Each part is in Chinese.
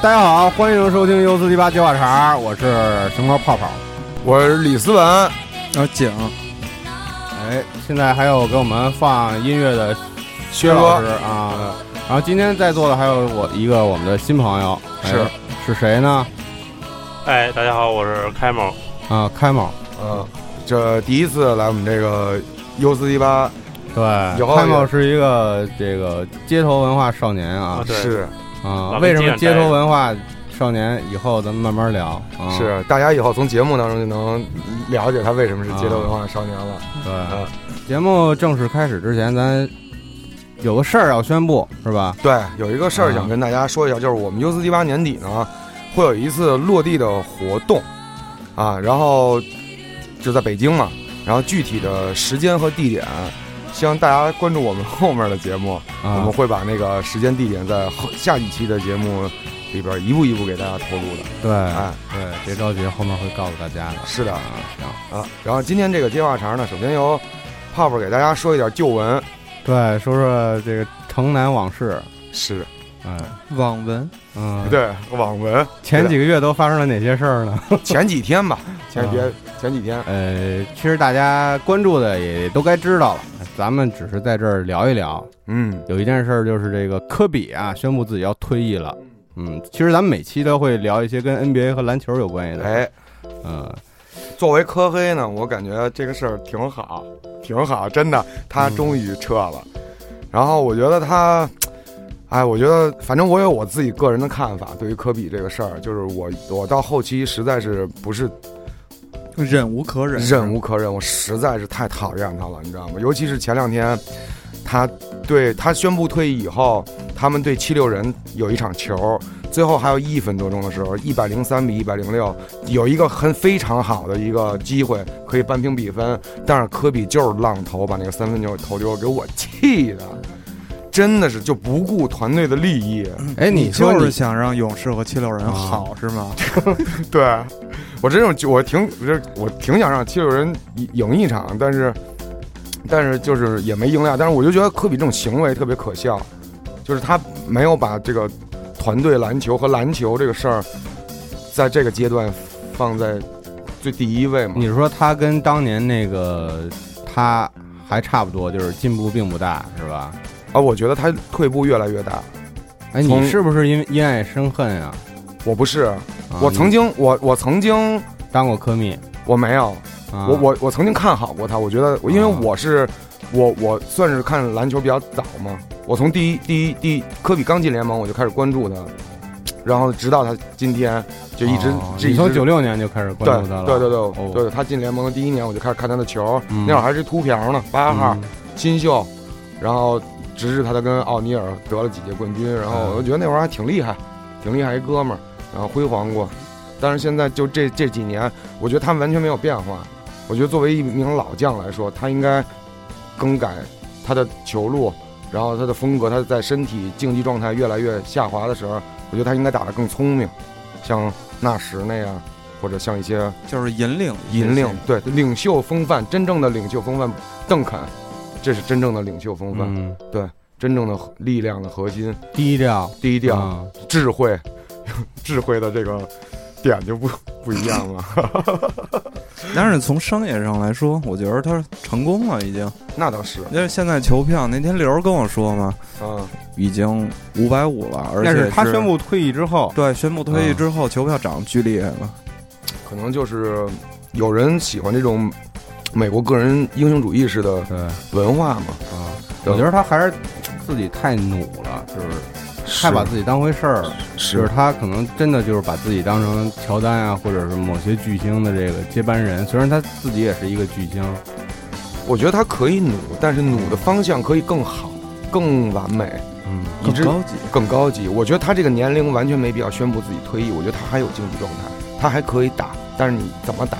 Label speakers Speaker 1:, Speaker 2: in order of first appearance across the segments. Speaker 1: 大家好，欢迎收听优四第八九话茬，我是熊猫泡泡。
Speaker 2: 我是李思文，
Speaker 3: 然后景，
Speaker 1: 哎，现在还有给我们放音乐的薛
Speaker 2: 薛
Speaker 1: 老
Speaker 2: 哥
Speaker 1: 师啊，然后今天在座的还有我一个我们的新朋友，哎
Speaker 2: 是
Speaker 1: 是谁呢？
Speaker 4: 哎，大家好，我是开某。
Speaker 1: 啊，开某，
Speaker 2: 嗯，这第一次来我们这个 U 四一
Speaker 1: 啊
Speaker 2: 八
Speaker 1: 对，
Speaker 2: 有好
Speaker 1: 开某是一个这个街头文化少年啊
Speaker 4: 啊对
Speaker 2: 是
Speaker 1: 啊，
Speaker 4: 老
Speaker 1: 为
Speaker 4: 跟
Speaker 1: 什么
Speaker 4: 街
Speaker 1: 街
Speaker 4: 上待
Speaker 1: 头
Speaker 4: 着
Speaker 1: 文化少年？以后咱们慢慢聊啊，
Speaker 2: 是，大家以后从节目当中就能了解他为什么是街头文化少年了。
Speaker 1: 对
Speaker 2: 嗯。
Speaker 1: 节目正式开始之前，咱有个事儿要宣布，是吧？
Speaker 2: 对，有一个事儿想
Speaker 1: 嗯
Speaker 2: 跟大家说一下，就是我们 U 四一八年底呢会有一次落地的活动啊，然后就在北京嘛，然后具体的时间和地点，希望大家关注我们后面的节目，我
Speaker 1: 啊
Speaker 2: 们，会把那个时间地点在后下一期的节目里边一步一步给大家透露的。
Speaker 1: 对，
Speaker 2: 哎，
Speaker 1: 对，别着急，后面会告诉大家的。
Speaker 2: 是的
Speaker 1: 啊，行，
Speaker 2: 啊，然后今天这个接话茬呢，首先由泡泡给大家说一点旧闻，
Speaker 1: 对，说说这个城南往事，
Speaker 2: 是
Speaker 1: 哎，
Speaker 3: 网文，
Speaker 1: 嗯，，
Speaker 2: 对网文
Speaker 1: 前几个月都发生了哪些事儿呢？
Speaker 2: 前几天吧，前
Speaker 1: 啊
Speaker 2: 别前几天，
Speaker 1: 呃，其实大家关注的也都该知道了，咱们只是在这儿聊一聊。
Speaker 2: 嗯，
Speaker 1: 有一件事儿就是这个科比啊，宣布自己要退役了。嗯，其实咱们每期都会聊一些跟 NBA 和篮球有关系的。，
Speaker 2: 哎，
Speaker 1: 嗯，
Speaker 2: 作为科黑呢，我感觉这个事儿挺好，挺好，真的，他终于撤了。然后我觉得他，哎，我觉得反正我有我自己个人的看法，对于科比这个事儿，就是我我到后期实在是不是
Speaker 3: 忍无可忍，
Speaker 2: 忍无可忍，我实在是太讨厌他了，你知道吗？尤其是前两天，他对他宣布退役以后，他们对七六人有一场球，最后还有一分多钟的时候，一百零三比一百零六，有一个很非常好的一个机会可以扳平比分，但是科比就是浪投把那个三分球投丢，给我气的，真的是就不顾团队的利益，
Speaker 1: 哎，
Speaker 3: 你啊
Speaker 1: 说
Speaker 3: 就是
Speaker 1: 你
Speaker 3: 想让勇士和七六人好是吗？
Speaker 2: 对我这种我挺我这我挺想让七六人赢赢一场，但是但是就是也没赢来，但是我就觉得科比这种行为特别可笑，就是他没有把这个团队篮球和篮球这个事儿在这个阶段放在最第一位嘛。
Speaker 1: 你说他跟当年那个他还差不多，就是进步并不大，是吧？
Speaker 2: 啊，我觉得他退步越来越大。
Speaker 1: 哎，你
Speaker 2: 从
Speaker 1: 是不是因为因爱生恨呀、
Speaker 2: 我不是，
Speaker 1: 啊
Speaker 2: 我曾
Speaker 1: 你
Speaker 2: 经我我曾经
Speaker 1: 当过科密，
Speaker 2: 我没有，
Speaker 1: 啊、
Speaker 2: 我我我曾经看好过他，我觉得因为
Speaker 1: 啊
Speaker 2: 我是、我我算是看篮球比较早嘛，我从第一第一第一科比刚进联盟我就开始关注他，然后直到他今天就一直、
Speaker 1: 哦
Speaker 2: 这
Speaker 1: 你
Speaker 2: 一
Speaker 1: 从
Speaker 2: 直
Speaker 1: 九六年就开始关
Speaker 2: 对
Speaker 1: 注他了，
Speaker 2: 对对对、
Speaker 1: 哦
Speaker 2: 对，他进联盟的第一年我就开始看他的球，
Speaker 1: 嗯
Speaker 2: 那会儿还是秃瓢呢，八号、
Speaker 1: 嗯
Speaker 2: 新秀，然后直至他他跟奥尼尔得了几届冠军，然后
Speaker 1: 嗯
Speaker 2: 我觉得那会儿还挺厉害，挺厉害一哥们儿，然后辉煌过。但是现在就这这几年，我觉得他们完全没有变化。我觉得作为一名老将来说，他应该更改他的球路，然后他的风格，他在身体竞技状态越来越下滑的时候，我觉得他应该打得更聪明，像纳什那样，或者像一些
Speaker 3: 就是引领
Speaker 2: 引领，对领袖风范，真正的领袖风范，邓肯，这是真正的领袖风范，
Speaker 1: 嗯，
Speaker 2: 真正的力量的核心，
Speaker 1: 低调
Speaker 2: 低调、
Speaker 1: 啊
Speaker 2: 智慧， 智慧的这个点就不不一样了。
Speaker 3: 但是从商业上来说，我觉得他成功了已经。
Speaker 2: 那倒是，
Speaker 3: 因为现在球票那天刘儿跟我说嘛，
Speaker 2: 嗯，
Speaker 3: 已经五百五了，而
Speaker 1: 那
Speaker 3: 且
Speaker 1: 是他
Speaker 3: 是
Speaker 1: 宣布退役之后，
Speaker 3: 对宣布退役之后，球票涨得巨厉害了。
Speaker 2: 可能就是有人喜欢这种美国个人英雄主义式的
Speaker 1: 对啊，
Speaker 2: 文化嘛，对
Speaker 1: 我觉得他还是自己太努了，就是太把自己当回事儿了。就是
Speaker 2: 是
Speaker 1: 他可能真的就是把自己当成乔丹啊，或者是某些巨星的这个接班人。虽然他自己也是一个巨星，
Speaker 2: 我觉得他可以努，但是努的方向可以更好，更完美。
Speaker 1: 嗯，
Speaker 2: 以
Speaker 3: 更
Speaker 2: 致
Speaker 3: 高级，
Speaker 2: 更高级。我觉得他这个年龄完全没必要宣布自己退役，我觉得他还有竞技状态，他还可以打，但是你怎么打？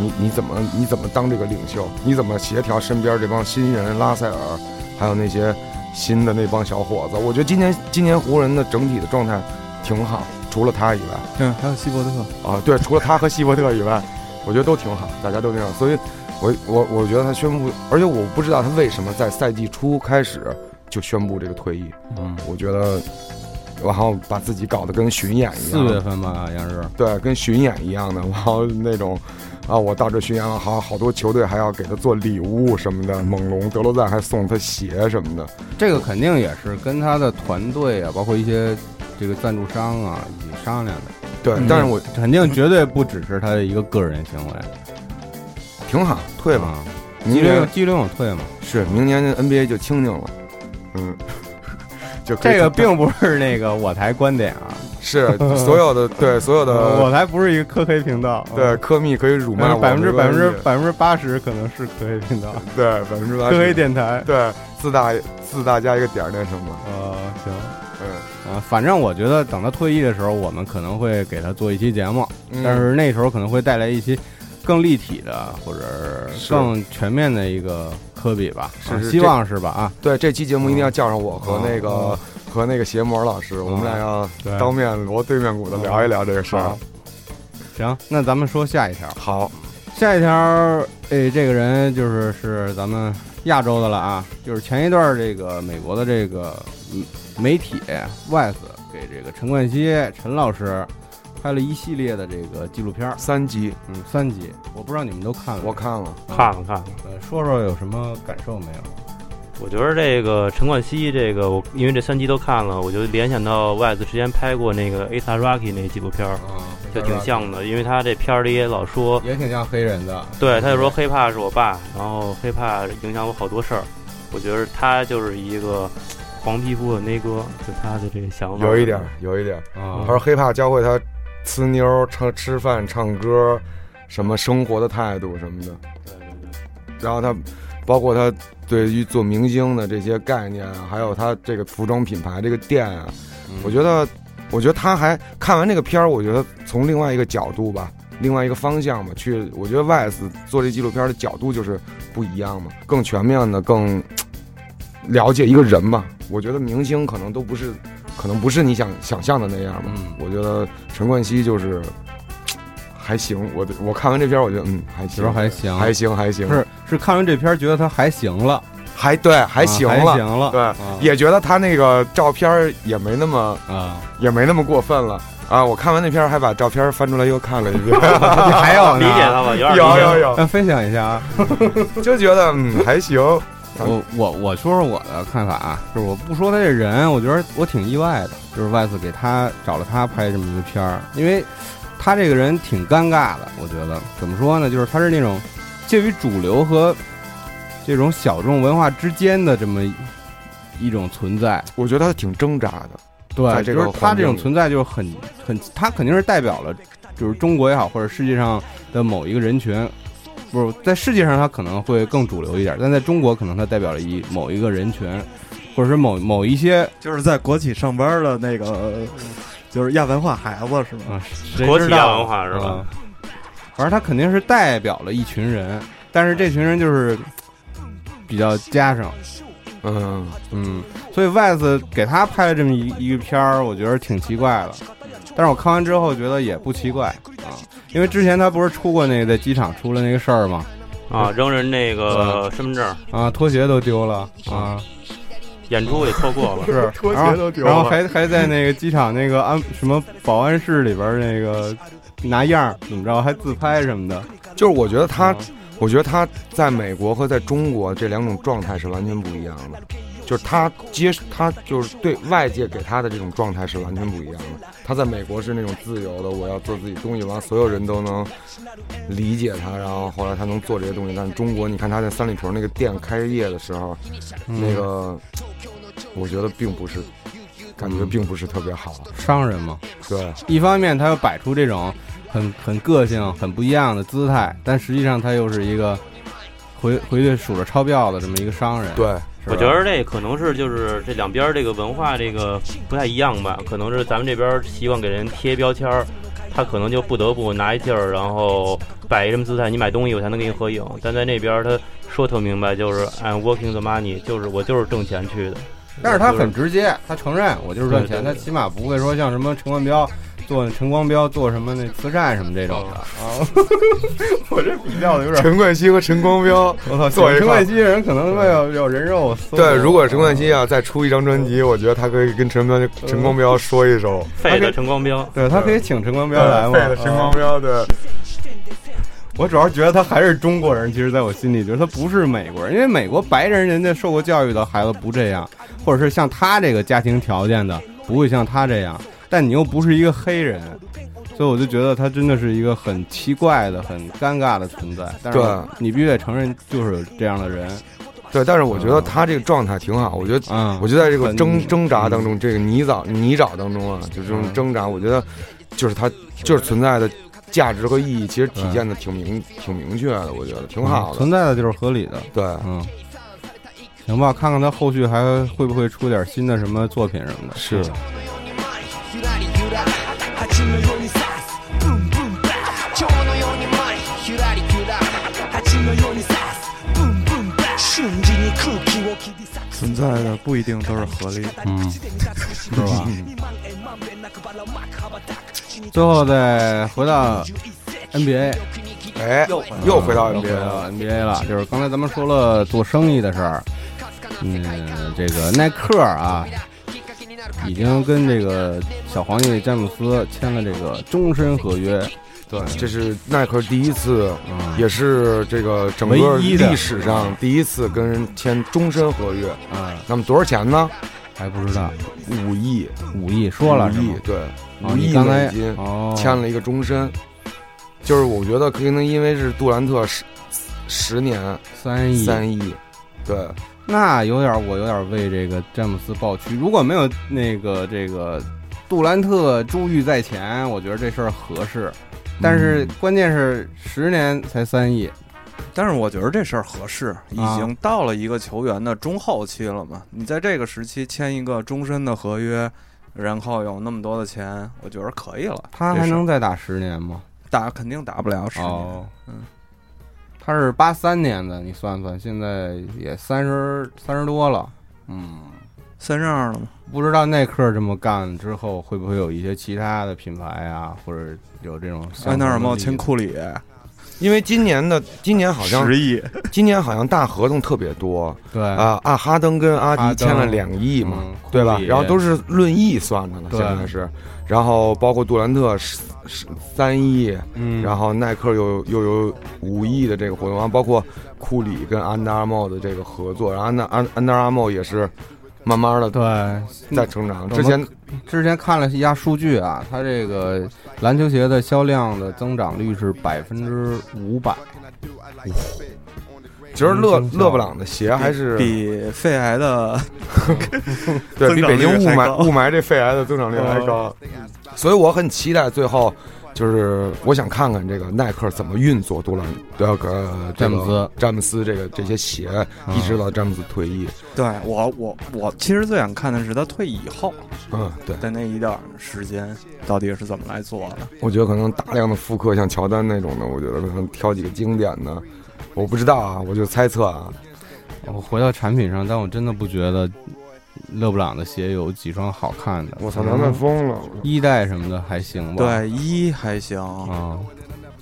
Speaker 2: 你你怎么你怎么当这个领袖？你怎么协调身边这帮新人拉塞尔，还有那些新的那帮小伙子？我觉得今年今年湖人的整体的状态挺好，除了他以外
Speaker 3: 嗯，还有希伯特，
Speaker 2: 啊，对，除了他和希伯特以外，我觉得都挺好，大家都那样。所以我，我我觉得他宣布，而且我不知道他为什么在赛季初开始就宣布这个退役。
Speaker 1: 嗯，
Speaker 2: 我觉得然后把自己搞得跟巡演一
Speaker 1: 四月
Speaker 2: 样，
Speaker 1: 份吧，好像是。
Speaker 2: 对，跟巡演一样的，然后那种。啊！我到这巡演了，好好多球队还要给他做礼物什么的。猛龙、德罗赞还送他鞋什么的。
Speaker 1: 这个肯定也是跟他的团队啊，包括一些这个赞助商啊一起商量的，
Speaker 2: 对，
Speaker 3: 嗯
Speaker 2: 但是我
Speaker 1: 肯定绝对不只是他的一个个人行为，
Speaker 2: 挺好，退吧。
Speaker 1: 啊？
Speaker 2: 明
Speaker 1: 激
Speaker 2: 年
Speaker 1: 流激流勇退嘛，
Speaker 2: 是明年 NBA 就清静了，嗯， 就可以
Speaker 1: 这个并不是那个我台观点啊，呃
Speaker 2: 是所 有的对所有
Speaker 1: 我
Speaker 2: 的
Speaker 1: 台不是一个科黑频道，
Speaker 2: 呃对科密可以辱骂
Speaker 1: 嗯，
Speaker 2: 我
Speaker 1: 百分之
Speaker 2: 没
Speaker 1: 百
Speaker 2: 关
Speaker 1: 分
Speaker 2: 系
Speaker 1: 之百分之八十可能是科黑频道，
Speaker 2: 对百分之八
Speaker 1: 科黑电台，
Speaker 2: 对自大自大加一个点儿那什么，
Speaker 1: 呃，行。
Speaker 2: 嗯
Speaker 1: 啊，反正我觉得等他退役的时候，我们可能会给他做一期节目，
Speaker 2: 嗯，
Speaker 1: 但是那时候可能会带来一些更立体的或者
Speaker 2: 是
Speaker 1: 更全面的一个科比吧，
Speaker 2: 是
Speaker 1: 啊
Speaker 2: 是
Speaker 1: 希
Speaker 2: 这
Speaker 1: 望是吧？啊，
Speaker 2: 对这期节目一定要叫上我和那个
Speaker 1: 哦
Speaker 2: 和那个邪魔老师，我们俩要
Speaker 1: 对
Speaker 2: 当面锣嗯对面鼓的聊一聊这个事儿
Speaker 1: 好。行，那咱们说下一条，
Speaker 2: 好，
Speaker 1: 下一条，哎，这个人就是是咱们亚洲的了啊，就是前一段儿这个美国的这个嗯媒体 Vice 给这个陈冠希陈老师拍了一系列的这个纪录片儿，
Speaker 2: 三集
Speaker 1: 嗯，三集，我不知道你们都看了没，
Speaker 2: 我看了，
Speaker 4: 看了看了，
Speaker 1: 呃，说说有什么感受没有？
Speaker 4: 我觉得这个陈冠希这个，我因为这三集都看了，我就联想到 w e s 之前拍过那个 Asa Rocky 那纪录片儿，
Speaker 1: 嗯，
Speaker 4: 就挺像的，因为他这片儿里也老说，
Speaker 1: 也挺像黑人的。
Speaker 4: 对，他就说 hiphop 是我爸，然后 hiphop 影响我好多事儿。我觉得他就是一个黄皮肤的那哥，就他的这个想法
Speaker 2: 有一点儿，有一点儿。
Speaker 1: 啊，
Speaker 2: 他说黑怕教会他呲妞儿、唱吃饭、唱歌，什么生活的态度什么的。
Speaker 4: 对对对
Speaker 2: 然后他包括他对于做明星的这些概念啊，还有他这个服装品牌这个店啊，我觉得，我觉得他还看完这个片儿，我觉得从另外一个角度吧，另外一个方向嘛，去，我觉得 Vice 做这纪录片的角度就是不一样嘛，更全面的，更了解一个人嘛。我觉得明星可能都不是，可能不是你想想象的那样嘛。
Speaker 1: 嗯
Speaker 2: 我觉得陈冠希就是还行，我我看完这片儿，我觉得嗯还
Speaker 1: 觉得
Speaker 2: 行，
Speaker 1: 还行，
Speaker 2: 还行，还行，
Speaker 1: 是是看完这片儿觉得他还行了，
Speaker 2: 还对，还行
Speaker 1: 啊
Speaker 2: 了，
Speaker 1: 还行了，
Speaker 2: 对
Speaker 1: 啊
Speaker 2: 也觉得他那个照片儿也没那么
Speaker 1: 啊，
Speaker 2: 也没那么过分了啊！我看完那片儿还把照片儿翻出来又看了一遍，
Speaker 1: 你还有呢
Speaker 4: 理解他吧，有点理解
Speaker 2: 有有 有，
Speaker 1: 那分享一下啊，
Speaker 2: 就觉得嗯还行，嗯
Speaker 1: 我我我说说我的看法啊，就是我不说他这人，我觉得我挺意外的，就是外次给他找了他拍这么一个片儿，因为他这个人挺尴尬的，我觉得怎么说呢，就是他是那种介于主流和这种小众文化之间的这么一一种存在，
Speaker 2: 我觉得他挺挣扎的，在
Speaker 1: 对，
Speaker 2: 这
Speaker 1: 就
Speaker 2: 个
Speaker 1: 是他
Speaker 2: 环
Speaker 1: 这
Speaker 2: 境
Speaker 1: 种
Speaker 2: 里
Speaker 1: 存在就是很很，他肯定是代表了就是中国也好，或者世界上的某一个人群，不是在世界上他可能会更主流一点，但在中国可能他代表了一某一个人群，或者是某某一些
Speaker 3: 就是在国企上班的那个，就是亚文化孩子是吗？
Speaker 1: 啊，
Speaker 4: 对
Speaker 1: 谁
Speaker 4: 国
Speaker 1: 知
Speaker 4: 企
Speaker 1: 道
Speaker 4: 亚文化是吧
Speaker 1: 啊？反正他肯定是代表了一群人，但是这群人就是比较加上，
Speaker 2: 嗯，
Speaker 1: 嗯，所以 Wise 给他拍了这么一一个片儿，我觉得挺奇怪的。但是我看完之后觉得也不奇怪啊，因为之前他不是出过那个在机场出了那个事儿吗？
Speaker 4: 啊，扔人那个身份证，
Speaker 1: 啊，拖鞋都丢了啊，
Speaker 4: 演出也错过 了。
Speaker 1: 是
Speaker 2: 拖
Speaker 1: 然后
Speaker 2: 鞋都丢
Speaker 1: 然后
Speaker 2: 了，
Speaker 1: 还还在那个机场那个安什么保安室里边儿那个拿样儿怎么着，还自拍什么的。
Speaker 2: 就是我觉得他
Speaker 1: 啊，
Speaker 2: 我觉得他在美国和在中国这两种状态是完全不一样的。就是他接他就是对外界给他的这种状态是完全不一样的。他在美国是那种自由的，我要做自己东西，完了所有人都能理解他，然后后来他能做这些东西。但是中国，你看他在三里屯那个店开业的时候，那个我觉得并不是，感觉并不是特别好。
Speaker 1: 商人嘛，
Speaker 2: 对，
Speaker 1: 一方面他又摆出这种很很个性、很不一样的姿态，但实际上他又是一个回回去数着钞票的这么一个商人。
Speaker 2: 对，
Speaker 1: 是吧
Speaker 4: 我觉得这可能是就是这两边儿这个文化这个不太一样吧，可能是咱们这边儿习惯给人贴标签儿，他可能就不得不拿一地儿，然后摆一什么姿态，你买东西我才能跟你合影。但在那边儿他说特明白，就是 I'm working the money，就是我就是挣钱去的。
Speaker 1: 但是他很直接，他承认我就是赚钱，
Speaker 4: 对对对
Speaker 1: 他起码不会说像什么陈冠彪做陈光标做什么那慈善什么这
Speaker 2: 嗯
Speaker 1: 种的啊。 我这比较的有点儿，
Speaker 2: 陈冠希和陈光标，
Speaker 1: 我操，
Speaker 2: 做一
Speaker 1: 陈
Speaker 2: 块
Speaker 1: 冠希人可能他妈要要人肉搜我。
Speaker 2: 对，如果陈冠希
Speaker 1: 啊，
Speaker 2: 要再出一张专辑，我觉得他可以跟陈光陈光标说一首，
Speaker 4: 废的陈光标，
Speaker 1: 对他可以请陈光标来嘛
Speaker 2: 对。陈光
Speaker 1: 啊
Speaker 2: 标对，
Speaker 1: 我主要觉得他还是中国人，其实在我心里觉得他不是美国人，因为美国白人人家受过教育的孩子不这样，或者是像他这个家庭条件的不会像他这样，但你又不是一个黑人，所以我就觉得他真的是一个很奇怪的、很尴尬的存在。但是
Speaker 2: 对
Speaker 1: 你必须得承认，就是有这样的人
Speaker 2: 对，但是我觉得他这个状态挺好，我觉得，
Speaker 1: 啊、
Speaker 2: 我觉得在这个
Speaker 1: 很
Speaker 2: 挣挣扎当中，这个泥沼泥沼当中啊，就这种挣扎，我觉得就是他就是存在的价值和意义，其实体现的挺明挺明确的，我觉得挺好的，
Speaker 1: 存在的就是合理的。
Speaker 2: 对，
Speaker 1: 嗯，行吧，看看他后续还会不会出点新的什么作品什么的。
Speaker 2: 是。
Speaker 5: ゆらりゆら蜂のように刺すブンブンバー蝶のように舞いゆらりゆら蜂のように刺すブンブンバー瞬時に空気を切り裂く
Speaker 3: 存在的不一定都是合理。
Speaker 1: 嗯
Speaker 5: 口で目がつく瞬
Speaker 1: 是吧
Speaker 5: 時に万円万遍なくばらまく羽ばたく口に
Speaker 1: 最后再回到 NBA。
Speaker 2: 哎，又回到
Speaker 1: 又回
Speaker 2: NBA 了。
Speaker 1: 到 NBA 了，就是刚才咱们说了做生意的事儿，嗯，这个耐克啊，已经跟这个小皇帝詹姆斯签了这个终身合约，
Speaker 2: 对，这是耐克第一次，
Speaker 1: 嗯
Speaker 2: 也是这个整个
Speaker 1: 唯一的
Speaker 2: 历史上第一次跟人签终身合约。
Speaker 1: 啊，
Speaker 2: 那么多少钱呢？
Speaker 1: 还不知道
Speaker 2: 五亿，
Speaker 1: 五亿说了
Speaker 2: 五
Speaker 1: 是
Speaker 2: 亿
Speaker 1: 吗？，
Speaker 2: 对，
Speaker 1: 哦
Speaker 2: 五
Speaker 1: 你
Speaker 2: 亿
Speaker 1: 刚才
Speaker 2: 美金
Speaker 1: 哦，
Speaker 2: 签了一个终身。就是我觉得可能因为是杜兰特十十年
Speaker 1: 三亿，
Speaker 2: 三亿，对，
Speaker 1: 那有点儿我有点儿为这个詹姆斯抱屈，如果没有那个这个杜兰特珠玉在前，我觉得这事儿合适，但是关键是十年才三亿，
Speaker 3: 但是我觉得这事儿合适，
Speaker 1: 啊
Speaker 3: 已经到了一个球员的中后期了嘛。你在这个时期签一个终身的合约，然后有那么多的钱，我觉得可以了。
Speaker 1: 他
Speaker 3: 这
Speaker 1: 还
Speaker 3: 事儿
Speaker 1: 能再打十年吗？
Speaker 3: 打，肯定打不了十年。
Speaker 1: 哦，
Speaker 3: 嗯，
Speaker 1: 他是八三年的，你算算，现在也三十三十多了，嗯，
Speaker 3: 三十二了嘛，
Speaker 1: 不知道耐克这么干之后会不会有一些其他的品牌啊，或者哎有这种
Speaker 3: 埃
Speaker 1: 相
Speaker 3: 纳
Speaker 1: 关
Speaker 3: 尔
Speaker 1: 的
Speaker 3: 茂
Speaker 1: 例
Speaker 3: 签
Speaker 1: 子
Speaker 3: 库里
Speaker 2: 因为今年的今年好像
Speaker 3: 十亿，
Speaker 2: 今年好像大合同特别多
Speaker 1: 对
Speaker 2: 啊，阿哈登跟阿
Speaker 1: 哎哈登
Speaker 2: 迪签了两亿嘛，
Speaker 1: 嗯
Speaker 2: 对吧
Speaker 1: 库？里
Speaker 2: 然后都是论亿算的了，
Speaker 1: 对
Speaker 2: 现在是，然后包括杜兰特十十三亿，
Speaker 1: 嗯，
Speaker 2: 然
Speaker 1: 后
Speaker 2: 后耐克又又有五亿的这个活动，然后包括库里跟安德阿茂的这个合作，然后安德安安德阿茂也是慢慢的
Speaker 1: 对，
Speaker 2: 在成长。
Speaker 1: 嗯
Speaker 2: 之前
Speaker 1: 之前看了一下数据啊，他这个篮球鞋的销量的增长率是百分之五百，
Speaker 2: 其实勒
Speaker 1: 嗯
Speaker 2: 勒布朗的鞋还是
Speaker 3: 比肺癌的
Speaker 2: 对比
Speaker 3: 增长
Speaker 2: 北京雾
Speaker 3: 率还
Speaker 2: 霾
Speaker 3: 高啊
Speaker 2: 雾霾这肺癌的增长率还高， 所以我很期待最后。就是我想看看这个耐克怎么运作杜兰呃个
Speaker 1: 詹
Speaker 2: 这个
Speaker 1: 姆斯
Speaker 2: 詹姆斯这啊个这些鞋，
Speaker 1: 嗯
Speaker 2: 一直到詹姆斯退役。
Speaker 3: 对我我我其实最想看的是他退以后
Speaker 2: 嗯，对，
Speaker 3: 的那一段时间到底是怎么来做的。
Speaker 2: 我觉得可能大量的复刻像乔丹那种的，我觉得可能挑几个经典的，我不知道啊，我就猜测啊。
Speaker 1: 我回到产品上，但我真的不觉得勒布朗的鞋有几双好看的。
Speaker 2: 我操，咱们疯了！
Speaker 1: 一代什么的还行吧。
Speaker 3: 对一还行，
Speaker 1: 啊、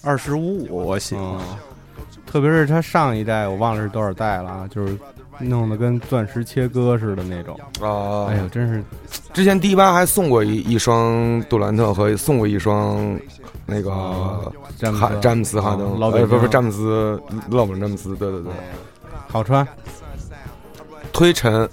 Speaker 3: 二十五五我喜欢。
Speaker 1: 嗯特别是它上一代，我忘了是多少代了啊，就是弄得跟钻石切割似的那种。
Speaker 2: 啊、
Speaker 1: 哎呦，真是
Speaker 2: 之前迪巴还送过一一双杜兰特和送过一双那个
Speaker 1: 哦詹姆
Speaker 2: 哈
Speaker 1: 斯
Speaker 2: 詹姆斯哈登，
Speaker 1: 啊老北
Speaker 2: 呃
Speaker 1: 京
Speaker 2: 不不詹姆斯勒布朗詹姆斯，对对对，
Speaker 1: 好穿，
Speaker 2: 推陈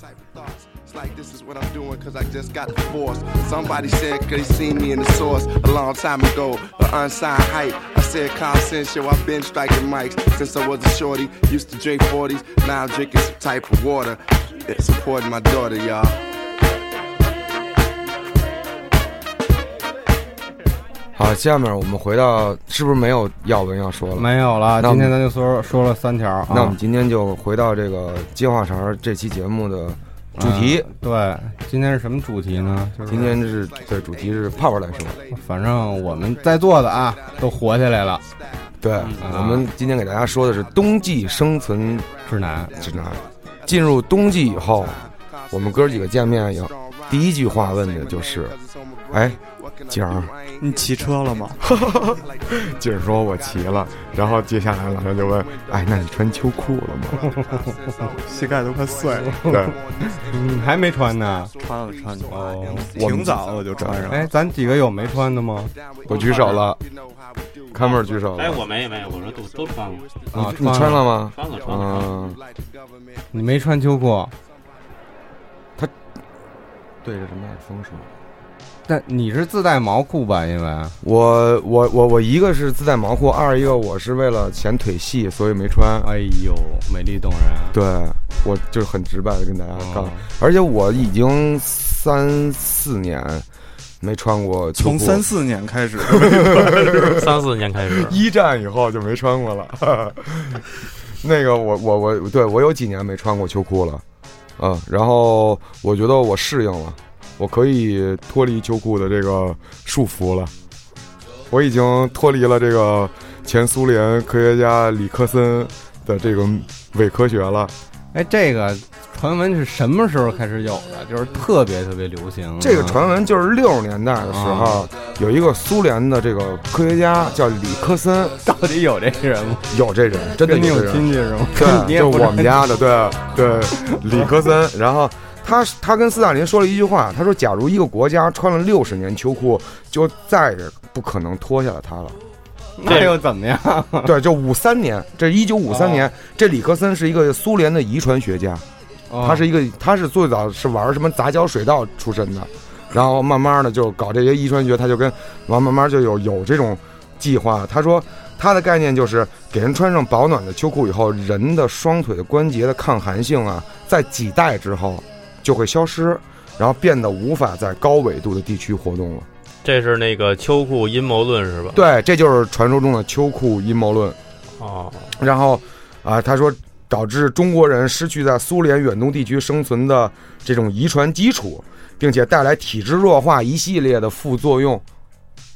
Speaker 6: It's like this is what I'm doing cause I just got divorced. Somebody said they seen me in the source a long time ago, the unsigned hype. I said consensual, I've been striking mics since I was a shorty. Used to drink 40s, now I'm drinking some type of water. It's supporting my daughter, y'all.
Speaker 2: 好，下面我们回到是不是没有要文要说了？
Speaker 1: 没有了。
Speaker 2: 那我
Speaker 1: 今
Speaker 2: 们
Speaker 1: 天咱就说说了三条啊。
Speaker 2: 那我们今天就回到这个接话茬儿这期节目的主题。
Speaker 1: 嗯对，今天是什么主题呢？就是
Speaker 2: 今天是对主题是泡泡诞生，
Speaker 1: 反正我们在座的啊，都火起来了。
Speaker 2: 对我们今天给大家说的是冬季生存
Speaker 1: 指南，
Speaker 2: 指南。进入啊冬季以后，我们哥几个见面以后，第一句话问的就是哎，景儿，
Speaker 3: 你骑车了吗？
Speaker 2: 景儿说我骑了，然后接下来老师就问，哎，那你穿秋裤了吗？
Speaker 3: 膝盖都快碎了，
Speaker 2: 对，
Speaker 1: 你嗯还没穿呢？
Speaker 3: 穿了穿了，
Speaker 1: 哦，
Speaker 3: 挺早我就穿上了。
Speaker 1: 哎，咱几个有没穿的吗？
Speaker 2: 我举手了，看妹儿举手
Speaker 4: 哎，
Speaker 2: 了，
Speaker 4: 我没没，我说都都穿了，
Speaker 1: 啊，
Speaker 2: 你穿了吗？
Speaker 4: 穿了穿了。
Speaker 2: 嗯，
Speaker 1: 你没穿秋裤？
Speaker 2: 对着什么麦克风说？
Speaker 1: 但你是自带毛裤吧？因为
Speaker 2: 我我我我一个是自带毛裤，二一个我是为了显腿细，所以没穿。
Speaker 1: 哎呦，美丽动人。啊
Speaker 2: 对，我就是很直白的跟大家告
Speaker 1: 哦，
Speaker 2: 而且嗯我已经三四年没穿过秋裤，
Speaker 3: 从三四年开始，
Speaker 4: 三四年开 始
Speaker 2: 一战以后就没穿过了。 那个我我我对我有几年没穿过秋裤了，嗯，然后我觉得我适应了，我可以脱离秋裤的这个束缚了，我已经脱离了这个前苏联科学家里克森的这个伪科学了。
Speaker 1: 哎，这个传闻是什么时候开始有的？就是特别特别流行。啊
Speaker 2: 这个传闻就是六十年代的时候，有一个苏联的这个科学家叫里克森，
Speaker 1: 到底有这人吗？
Speaker 2: 有这人，真的
Speaker 1: 跟你
Speaker 2: 有这
Speaker 1: 有
Speaker 2: 人。
Speaker 1: 亲戚是吗？你
Speaker 2: 对，
Speaker 1: 也
Speaker 2: 嗯就
Speaker 1: 不知
Speaker 2: 我们家的，对对，里克森。然后他他跟斯大林说了一句话，他说：“假如一个国家穿了六十年秋裤，就再也不可能脱下 了它了。
Speaker 1: 那又怎么样？
Speaker 2: 对，就五三年，这一九五三
Speaker 1: 哦
Speaker 2: 年，这里克森是一个苏联的遗传学家，他
Speaker 1: 他
Speaker 2: 是一个他是最早是玩什么杂交水稻出身的，然后慢慢的就搞这些遗传学，他就跟完慢慢就有有这种计划。他说他的概念就是给人穿上保暖的秋裤以后，人的双腿的关节的抗寒性啊，在几代之后就会消失，然后变得无法在高纬度的地区活动了。
Speaker 4: 这是那个秋裤阴谋论是吧？
Speaker 2: 对，这就是传说中的秋裤阴谋论。
Speaker 4: 哦，
Speaker 2: 然后啊、他说导致中国人失去在苏联远东地区生存的这种遗传基础，并且带来体质弱化一系列的副作用。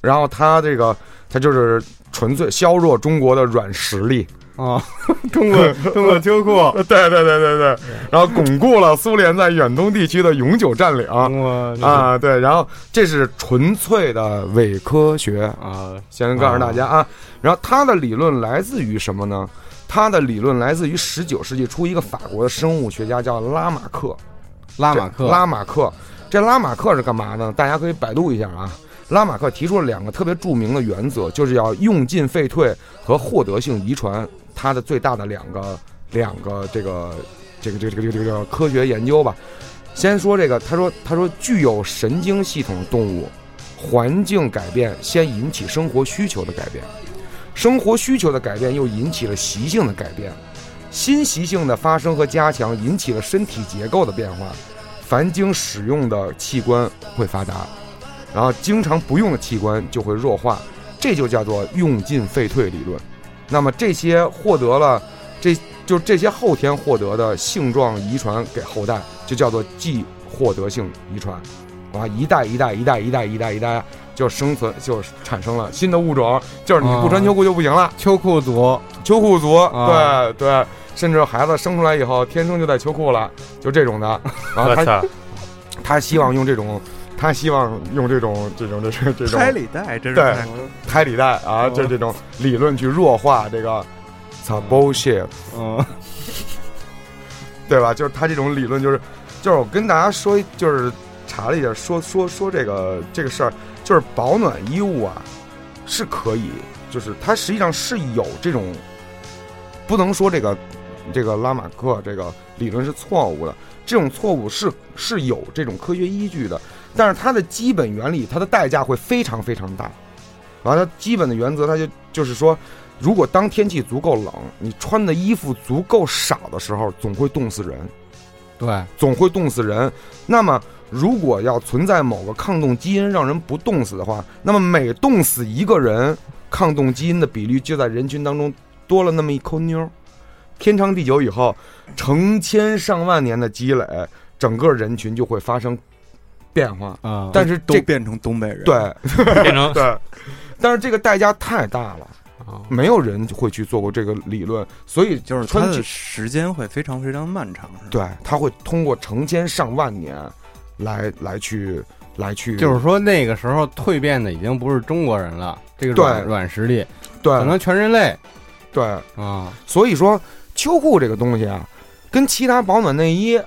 Speaker 2: 然后他这个他就是纯粹削弱中国的软实力，
Speaker 1: 啊，通 过通过秋裤，
Speaker 2: 对对对对对，然后巩固了苏联在远东地区的永久占领。
Speaker 1: 我
Speaker 2: 啊，对，然后这是纯粹的伪科学，
Speaker 1: 啊，
Speaker 2: 先告诉大家啊。然后他的理论来自于什么呢？他的理论来自于19世纪初一个法国的生物学家叫拉马克。
Speaker 1: 拉马克
Speaker 2: 这拉马克，这拉马克是干嘛呢？大家可以百度一下啊。拉马克提出了两个特别著名的原则，就是要用进废退和获得性遗传，他的最大的两个两个这个这个这个这个这个这个科学研究吧。先说这个，他说他说具有神经系统的动物，环境改变先引起生活需求的改变，生活需求的改变又引起了习性的改变，新习性的发生和加强引起了身体结构的变化，凡经使用的器官会发达，然后经常不用的器官就会弱化，这就叫做用进废退理论。那么这些获得了这就这些后天获得的性状遗传给后代，就叫做继获得性遗传。啊，一代一代一代一代一代一代就生存就产生了新的物种，就是你不穿秋裤就不行了。
Speaker 1: 秋裤族
Speaker 2: 秋裤族，
Speaker 1: 啊
Speaker 2: 对对，甚至孩子生出来以后天生就带秋裤了，就这种的。啊然后
Speaker 4: 我
Speaker 2: 他
Speaker 4: 操，
Speaker 2: 他希望用这种，他希望用这种这种这 种这
Speaker 3: 拆
Speaker 2: 种
Speaker 3: 礼带，真是
Speaker 2: 对胎
Speaker 3: 太
Speaker 2: 里带啊，
Speaker 1: 哦
Speaker 2: 就这种理论去弱化这个，操 bullshit，
Speaker 1: 嗯，
Speaker 2: 对吧？就是他这种理论就是，就是我跟大家说，就是查了一下，说说说这个这个事儿，就是保暖衣物啊，是可以，就是它实际上是有这种，不能说这个这个拉马克这个理论是错误的，这种错误是是有这种科学依据的，但是它的基本原理，它的代价会非常非常大。完了，它基本的原则，它就就是说，如果当天气足够冷，你穿的衣服足够少的时候，总会冻死人，
Speaker 1: 对，
Speaker 2: 总会冻死人。那么，如果要存在某个抗冻基因让人不冻死的话，那么每冻死一个人，抗冻基因的比率就在人群当中多了那么一抠妞儿。天长地久以后，成千上万年的积累，整个人群就会发生变化。
Speaker 1: 啊，
Speaker 2: 但是
Speaker 3: 都
Speaker 2: 这
Speaker 3: 变成东北人。，
Speaker 2: 对
Speaker 4: 变 成
Speaker 2: 对，但是这个代价太大了，没有人会去做过这个理论，所以
Speaker 3: 嗯就是他
Speaker 2: 穿
Speaker 3: 的
Speaker 2: 起
Speaker 3: 时间会非常非常漫长，是吧？
Speaker 2: 对，他会通过成千上万年来来去来去，
Speaker 1: 就是说那个时候蜕变的已经不是中国人了，这个软
Speaker 2: 对
Speaker 1: 软实力可
Speaker 2: 对
Speaker 1: 能全人类
Speaker 2: 对，
Speaker 1: 啊，
Speaker 2: 所以说秋裤这个东西啊，跟其他保暖内衣、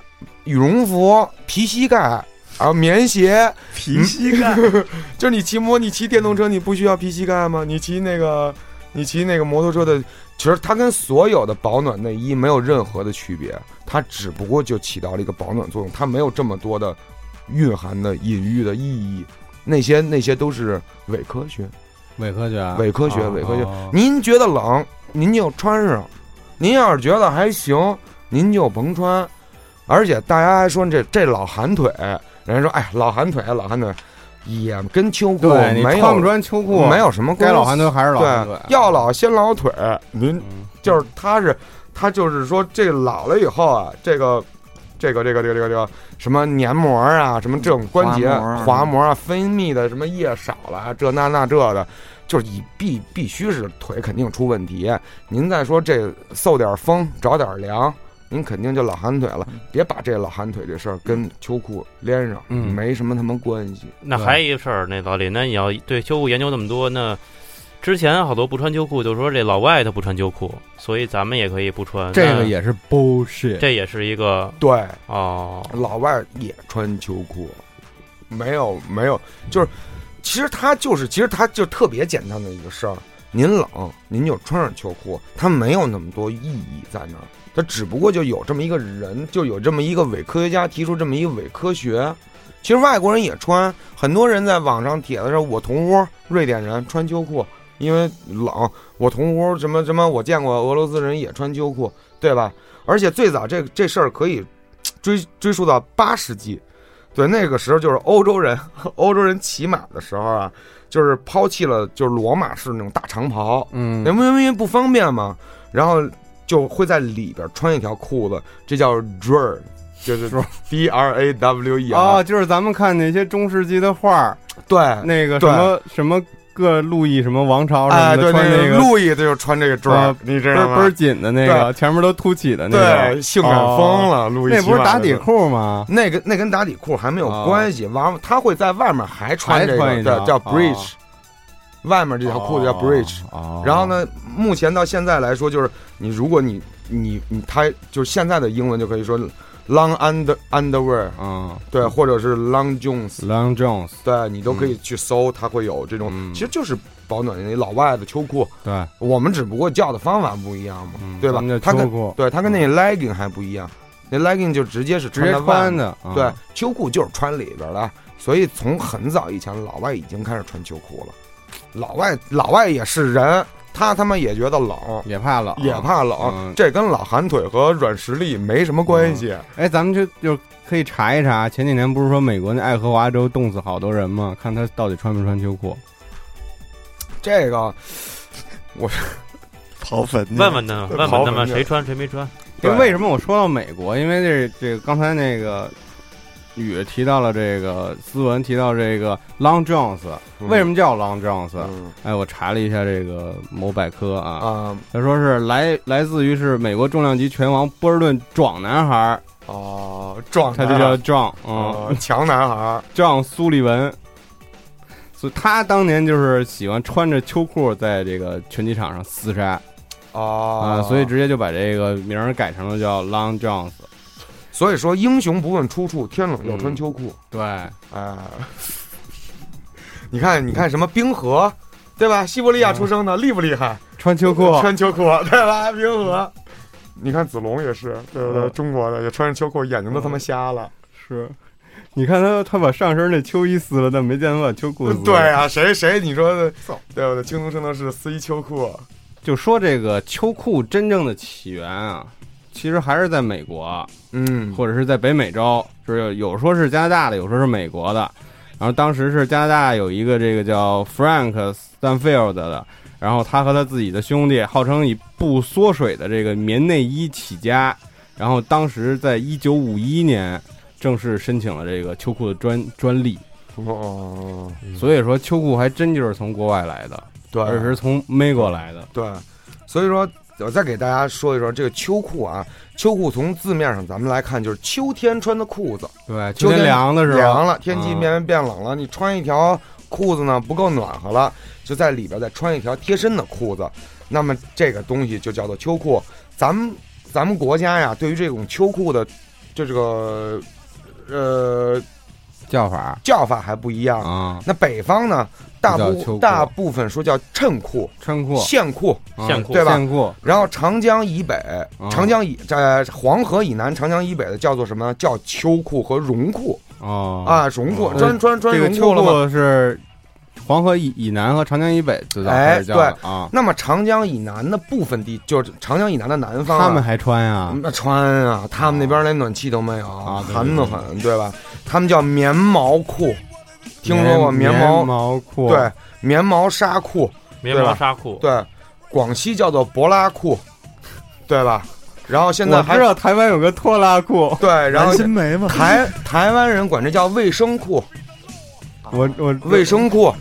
Speaker 2: 羽绒服、皮膝盖。还有棉鞋，嗯
Speaker 3: 皮膝盖，
Speaker 2: 就是你骑摩，你骑电动车，你不需要皮膝盖吗？你骑那个，你骑那个摩托车的，其实它跟所有的保暖内衣没有任何的区别，它只不过就起到了一个保暖作用，它没有这么多的蕴含的隐喻的意义，那些那些都是伪科学，
Speaker 1: 伪科学啊，
Speaker 2: 伪科学，
Speaker 1: 啊
Speaker 2: 伪科学，
Speaker 1: 啊
Speaker 2: 您觉得冷，您就穿上；您要是觉得还行，您就甭穿。而且大家还说这这老寒腿，人家说哎老寒腿老寒腿，也跟秋裤
Speaker 1: 对你
Speaker 2: 没
Speaker 1: 穿不
Speaker 2: 有
Speaker 1: 穿秋裤，
Speaker 2: 没有什么
Speaker 1: 该
Speaker 2: 关系
Speaker 1: 老寒腿还是老寒腿
Speaker 2: 对，，要老先老腿。您
Speaker 1: 嗯
Speaker 2: 就是他是他就是说这老了以后啊，这个这个这个这个这个这个什么黏膜啊，什么这种关节
Speaker 3: 滑膜啊
Speaker 2: 滑膜啊，分泌的什么液少了啊，这那那这的，就是你必必须是腿肯定出问题。您再说这受点风着点凉。您肯定就老寒腿了，别把这老寒腿这事儿跟秋裤连上，
Speaker 1: 嗯
Speaker 2: 没什么他妈关系。
Speaker 4: 那
Speaker 1: 对
Speaker 4: 还有一个事儿，那老李，那你要对秋裤研究那么多，那之前好多不穿秋裤，就说这老外他不穿秋裤，所以咱们也可以不穿。
Speaker 1: 这
Speaker 4: 那
Speaker 1: 个也是 bullshit，
Speaker 4: 这也是一个
Speaker 2: 对，
Speaker 4: 哦，
Speaker 2: 老外也穿秋裤，没有没有，就是其实他就是其实他就特别简单的一个事儿。您冷，您就穿上秋裤，它没有那么多意义在那儿。它只不过就有这么一个人，就有这么一个伪科学家提出这么一个伪科学。其实外国人也穿，很多人在网上帖子上，我同屋瑞典人穿秋裤，因为冷。我同屋什么什么，我见过俄罗斯人也穿秋裤，对吧？而且最早这这事儿可以追追溯到八世纪，对，那个时候就是欧洲人， 欧洲人骑马的时候啊，就是抛弃了就是罗马式那种大长袍，
Speaker 1: 嗯
Speaker 2: 因为因为不方便嘛，然后就会在里边穿一条裤子，这叫 draw，就是 D R A W E
Speaker 1: 哦，
Speaker 2: 啊，
Speaker 1: 就是咱们看那些中世纪的画儿，
Speaker 2: 对。
Speaker 1: 那个什
Speaker 2: 对
Speaker 1: 么什么各路易什么王朝
Speaker 2: 哎，
Speaker 1: 什么的，
Speaker 2: 对，
Speaker 1: 穿
Speaker 2: 那
Speaker 1: 那
Speaker 2: 个
Speaker 1: 个
Speaker 2: 路易他就穿这个 draw，、
Speaker 1: 啊
Speaker 2: 你知
Speaker 1: 倍
Speaker 2: 道
Speaker 1: 儿
Speaker 2: 吗？
Speaker 1: 倍儿紧的那个，前面都凸起的那个，哦
Speaker 2: 对，性感疯了，路易
Speaker 1: 那不
Speaker 2: 骑
Speaker 1: 是
Speaker 2: 马
Speaker 1: 打
Speaker 2: 的时
Speaker 1: 底
Speaker 2: 候
Speaker 1: 裤吗？
Speaker 2: 那个那跟打底裤还没有关系，完、他会在外面还穿这
Speaker 1: 哦还穿
Speaker 2: 个
Speaker 1: 一条
Speaker 2: 叫叫
Speaker 1: 哦
Speaker 2: breech，、外面这条裤子叫 breech、
Speaker 1: 哦。
Speaker 2: 然后？呢，目前到现在来说，就是你如果你你你他就是现在的英文就可以说 long under underwear，
Speaker 1: 嗯
Speaker 2: 对，或者是 long jones，
Speaker 1: ，Long Jones，
Speaker 2: 对你都可以去搜，它会有这种，
Speaker 1: 嗯
Speaker 2: 其实就是保暖那老外的秋裤，
Speaker 1: 对，
Speaker 2: 我们只不过叫的方法不一样嘛，
Speaker 1: 嗯
Speaker 2: 嗯对吧
Speaker 1: 咱们？
Speaker 2: 它
Speaker 1: 叫秋
Speaker 2: 跟
Speaker 1: 裤，嗯
Speaker 2: 对它跟那 legging 还不一样，那 legging 就直接是
Speaker 1: 直接
Speaker 2: 在外面
Speaker 1: 穿的，啊
Speaker 2: 对，，秋裤就是穿里边的，所以从很早以前，老外已经开始穿秋裤了。老外老外也是人，他他妈也觉得冷，
Speaker 1: 也怕冷，
Speaker 2: 也。怕冷，
Speaker 1: 嗯
Speaker 2: 这跟老寒腿和软实力没什么关系。
Speaker 1: 哎，咱们就就可以查一查，前几年不是说美国那爱荷华州冻死好多人吗？看他到底穿没穿秋裤。
Speaker 2: 这个
Speaker 3: 刨坟去
Speaker 4: 问问他们，
Speaker 2: 对
Speaker 4: 问问他
Speaker 2: 刨坟
Speaker 4: 们
Speaker 2: 去
Speaker 4: 谁穿谁没穿。
Speaker 1: 因
Speaker 2: 对
Speaker 1: 为为什么我说到美国？因为这这个刚才那个雨提到了这个斯文，提到这个 Long Jones，为什么叫 Long Jones？
Speaker 2: 嗯
Speaker 1: 哎，我查了一下这个某百科啊，
Speaker 2: 啊
Speaker 1: 他说是来来自于是美国重量级拳王波士顿壮男孩儿，
Speaker 2: 哦，壮
Speaker 1: 他
Speaker 2: 男
Speaker 1: 就叫壮，嗯，
Speaker 2: 哦强男孩，
Speaker 1: 壮苏利文。所以他当年就是喜欢穿着秋裤在这个拳击场上厮杀啊、
Speaker 2: 啊
Speaker 1: 所以直接就把这个名儿改成了叫 Long Jones。
Speaker 2: 所以说英雄不问出处，天冷要穿秋裤。
Speaker 1: 对，嗯
Speaker 2: 哎， 你看，你看什么冰河，对吧？西伯利亚出生的，厉不厉害？
Speaker 1: 穿秋裤，
Speaker 2: 穿秋裤， 对吧？冰河。你看子龙也是，对不对？
Speaker 1: 嗯
Speaker 2: 中国的也穿着秋裤，眼睛都他妈瞎了。
Speaker 1: 是，你看他他把上身那秋衣撕了，但没见他把秋裤撕了。
Speaker 2: 对，啊，谁谁你说的，对不对？京东圣斗士撕一秋裤，
Speaker 1: 就说这个秋裤真正的起源啊，其实还是在美国，啊
Speaker 2: 嗯
Speaker 1: 或者是在北美洲，就是有说是加拿大的，有说是美国的。然后当时是加拿大有一个这个叫 Frank Stanfield 的，然后他和他自己的兄弟号称以不缩水的这个棉内衣起家，然后当时在一九五一年正式申请了这个秋裤的专专利。
Speaker 2: 哦，
Speaker 1: 所以说
Speaker 2: 啊
Speaker 1: 秋裤还真就是从国外来的，
Speaker 2: 对，
Speaker 1: 而是从美国来的。
Speaker 2: 对，所以说我再给大家说一说这个秋裤啊，秋裤从字面上咱们来看就是秋天穿的裤子，
Speaker 1: 对，秋
Speaker 2: 秋
Speaker 1: 天
Speaker 2: 天
Speaker 1: 凉的时候，
Speaker 2: 凉了，天气
Speaker 1: 嗯
Speaker 2: 慢慢变冷了，你穿一条裤子呢不够暖和了，就在里边再穿一条贴身的裤子，那么这个东西就叫做秋裤。咱们咱们国家呀，对于这种秋裤的这这个呃
Speaker 1: 叫法
Speaker 2: 叫法还不一样。
Speaker 1: 啊，
Speaker 2: 那北方呢，大
Speaker 1: 不叫秋
Speaker 2: 部
Speaker 1: 裤
Speaker 2: 大部分说叫衬裤、
Speaker 1: 衬裤、
Speaker 2: 线裤，
Speaker 1: 啊
Speaker 4: 线裤
Speaker 2: 对吧
Speaker 1: 线裤
Speaker 2: 然后长江以北、
Speaker 1: 啊
Speaker 2: 长江以在黄河以南、长江以北的叫做什么呢？叫秋裤和绒裤
Speaker 1: 哦，
Speaker 2: 啊，绒裤
Speaker 1: 哦
Speaker 2: 穿穿穿
Speaker 1: 这个
Speaker 2: 绒
Speaker 1: 秋
Speaker 2: 裤了吗？
Speaker 1: 裤是黄河以以南和长江以北最早
Speaker 2: 哎
Speaker 1: 开始叫的啊，
Speaker 2: 那么长江以南的部分地，就是长江以南的南方、啊，
Speaker 1: 他们还穿呀
Speaker 2: 那穿啊，他们那边连暖气都没有，
Speaker 1: 啊对
Speaker 2: 寒得很，对吧？他们叫棉毛裤，听说过
Speaker 1: 棉
Speaker 2: 毛？
Speaker 1: 毛啊裤，
Speaker 2: 对，棉毛纱裤，
Speaker 4: 棉
Speaker 2: 对
Speaker 4: 毛
Speaker 2: 吧
Speaker 4: 纱裤，
Speaker 2: 对，广西叫做博拉裤，对吧？然后现在
Speaker 1: 我
Speaker 2: 还
Speaker 1: 知道台湾有个拖拉裤，
Speaker 2: 对，然后
Speaker 7: 蓝心湄嘛，
Speaker 2: 台台湾人管这叫卫生裤，
Speaker 1: 我我
Speaker 2: 卫生裤。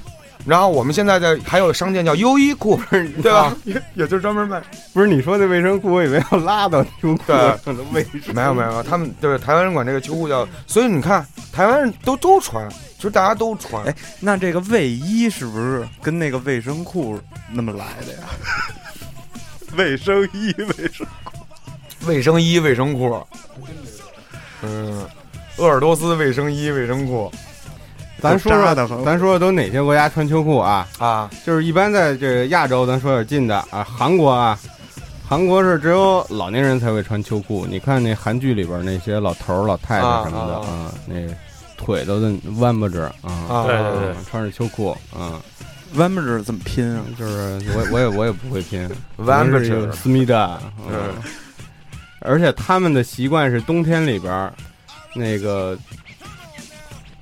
Speaker 2: 然后我们现在的还有商店叫优衣库， 对吧？也 也就专门卖。
Speaker 1: 不是你说那卫生裤，我以为要拉到秋裤
Speaker 2: 对
Speaker 1: 上的卫生，
Speaker 2: 没有没有没有，他们就是台湾人管这个秋裤叫，所以你看台湾人都都穿，其实大家都穿。
Speaker 3: 哎那这个卫衣是不是跟那个卫生裤那么来的呀？卫生衣，卫生
Speaker 2: 卫生衣、卫生裤，嗯，鄂尔多斯卫生衣、卫生裤
Speaker 1: 咱说
Speaker 3: 扎
Speaker 1: 说
Speaker 3: 得慌
Speaker 1: 咱说说都哪些国家穿秋裤啊？
Speaker 2: 啊，
Speaker 1: 就是一般在这个亚洲，咱说点近的啊，韩国啊，韩国是只有老年人才会穿秋裤。你看那韩剧里边那些老头儿、老太太什么的
Speaker 2: 啊啊
Speaker 1: 啊，那腿都得弯巴着啊，
Speaker 2: 啊
Speaker 4: 对对对
Speaker 1: 嗯穿着秋裤啊，
Speaker 3: 弯巴着怎么拼啊？
Speaker 1: 就是我我也我也不会拼，
Speaker 2: 弯着
Speaker 1: 我
Speaker 2: 吃
Speaker 1: 是，思密达，嗯，而且他们的习惯是冬天里边儿那个。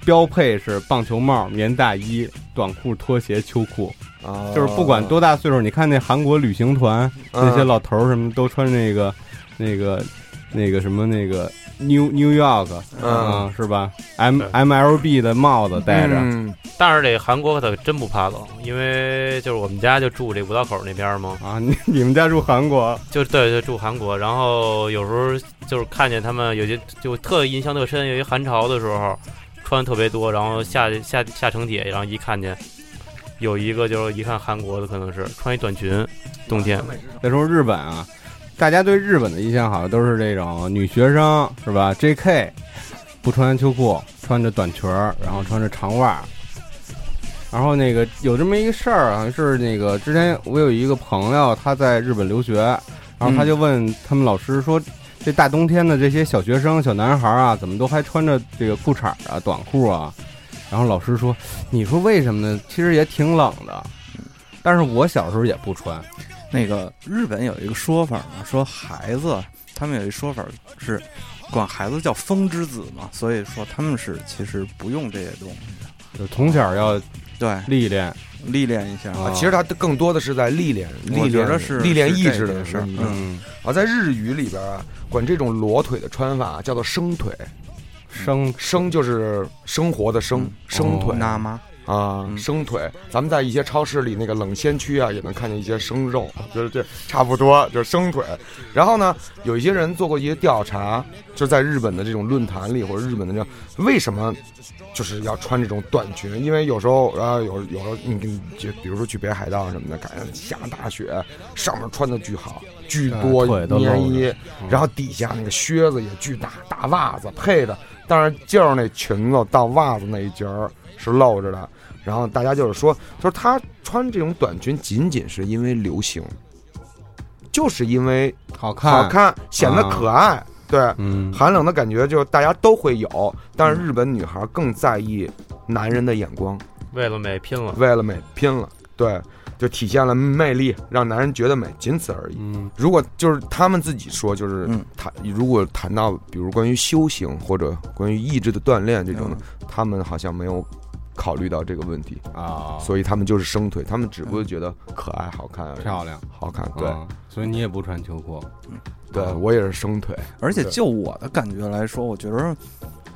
Speaker 1: 标配是棒球帽、棉大衣、短裤、拖鞋、秋裤，
Speaker 2: 啊
Speaker 1: 就是不管多大岁数，你看那韩国旅行团那些
Speaker 2: 嗯
Speaker 1: 老头儿什么都穿那个那个那个什么那个 New New York
Speaker 2: 嗯
Speaker 1: 啊，是吧？M
Speaker 4: 对
Speaker 1: MLB 的帽子戴着，
Speaker 2: 嗯
Speaker 4: 但是这韩国可真不怕冷，因为就是我们家就住这五道口那边嘛，
Speaker 1: 啊，你你们家住韩国
Speaker 4: 就对对住韩国，然后有时候就是看见他们有些就特印象特深，有一寒潮的时候穿特别多，然后下下下城铁，然后一看见有一个就是一看韩国的可能是穿一短裙，冬天
Speaker 1: 再说日本啊，大家对日本的印象好像都是这种女学生是吧？J.K. 不穿秋裤，穿着短裙儿，然后穿着长袜儿。然后那个有这么一个事儿，好像是那个之前我有一个朋友，他在日本留学，然后他就问他们老师说，这大冬天的这些小学生、小男孩儿啊，怎么都还穿着这个裤衩儿啊、短裤啊？然后老师说，你说为什么呢？其实也挺冷的，但是我小时候也不穿。
Speaker 3: 那个日本有一个说法嘛，说孩子他们有一说法是管孩子叫风之子嘛，所以说他们是其实不用这些东西的，
Speaker 1: 就从小要
Speaker 3: 对，
Speaker 1: 历练
Speaker 3: 历练一下。
Speaker 1: 啊
Speaker 2: 其实它更多的是在历练，历
Speaker 3: 嗯我觉
Speaker 2: 练
Speaker 3: 得是
Speaker 2: 历练
Speaker 3: 是
Speaker 2: 意
Speaker 3: 这
Speaker 2: 志
Speaker 3: 件
Speaker 2: 的
Speaker 3: 事
Speaker 2: 事
Speaker 3: 儿
Speaker 2: 儿
Speaker 1: 嗯，
Speaker 2: 啊，在日语里边啊，管这种裸腿的穿法啊叫做生腿，
Speaker 1: 生
Speaker 2: 生就是生活的生
Speaker 3: 嗯，
Speaker 2: 生腿
Speaker 3: 那妈
Speaker 2: 啊，
Speaker 3: 嗯
Speaker 2: 生腿，咱们在一些超市里那个冷鲜区啊，也能看见一些生肉，啊就是这差不多就是生腿。然后呢，有一些人做过一些调查，就在日本的这种论坛里或者日本的这种为什么就是要穿这种短裙？因为有时候啊，有有时候你你就比如说去北海道什么的，赶上下大雪，上面穿的巨好，巨多
Speaker 1: 哎对腿都露嗯着
Speaker 2: 棉衣，然后底下那个靴子也巨大，大袜子配的，但是就是那裙子到袜子那一截儿是露着的。然后大家就是说，就是他穿这种短裙，仅仅是因为流行，就是因为
Speaker 1: 好看
Speaker 2: 好，看，显得可爱。对，
Speaker 1: 嗯，
Speaker 2: 寒冷的感觉就大家都会有，但是日本女孩更在意男人的眼光，
Speaker 4: 为了美拼了。
Speaker 2: 为了美拼了。对，就体现了魅力，让男人觉得美，仅此而已。
Speaker 1: 嗯，
Speaker 2: 如果就是他们自己说，就是
Speaker 3: 嗯
Speaker 2: 谈、如果谈到比如关于修行或者关于意志的锻炼这种的，他们好像没有考虑到这个问题，
Speaker 1: 啊，
Speaker 2: 所以他们就是生腿，他们只不过觉得可爱、好看而已、
Speaker 1: 漂亮，
Speaker 2: 好看。对，
Speaker 1: 啊，所以你也不穿秋裤，
Speaker 2: 对我也是生腿，
Speaker 3: 而且
Speaker 2: 对
Speaker 3: 就我的感觉来说，我觉得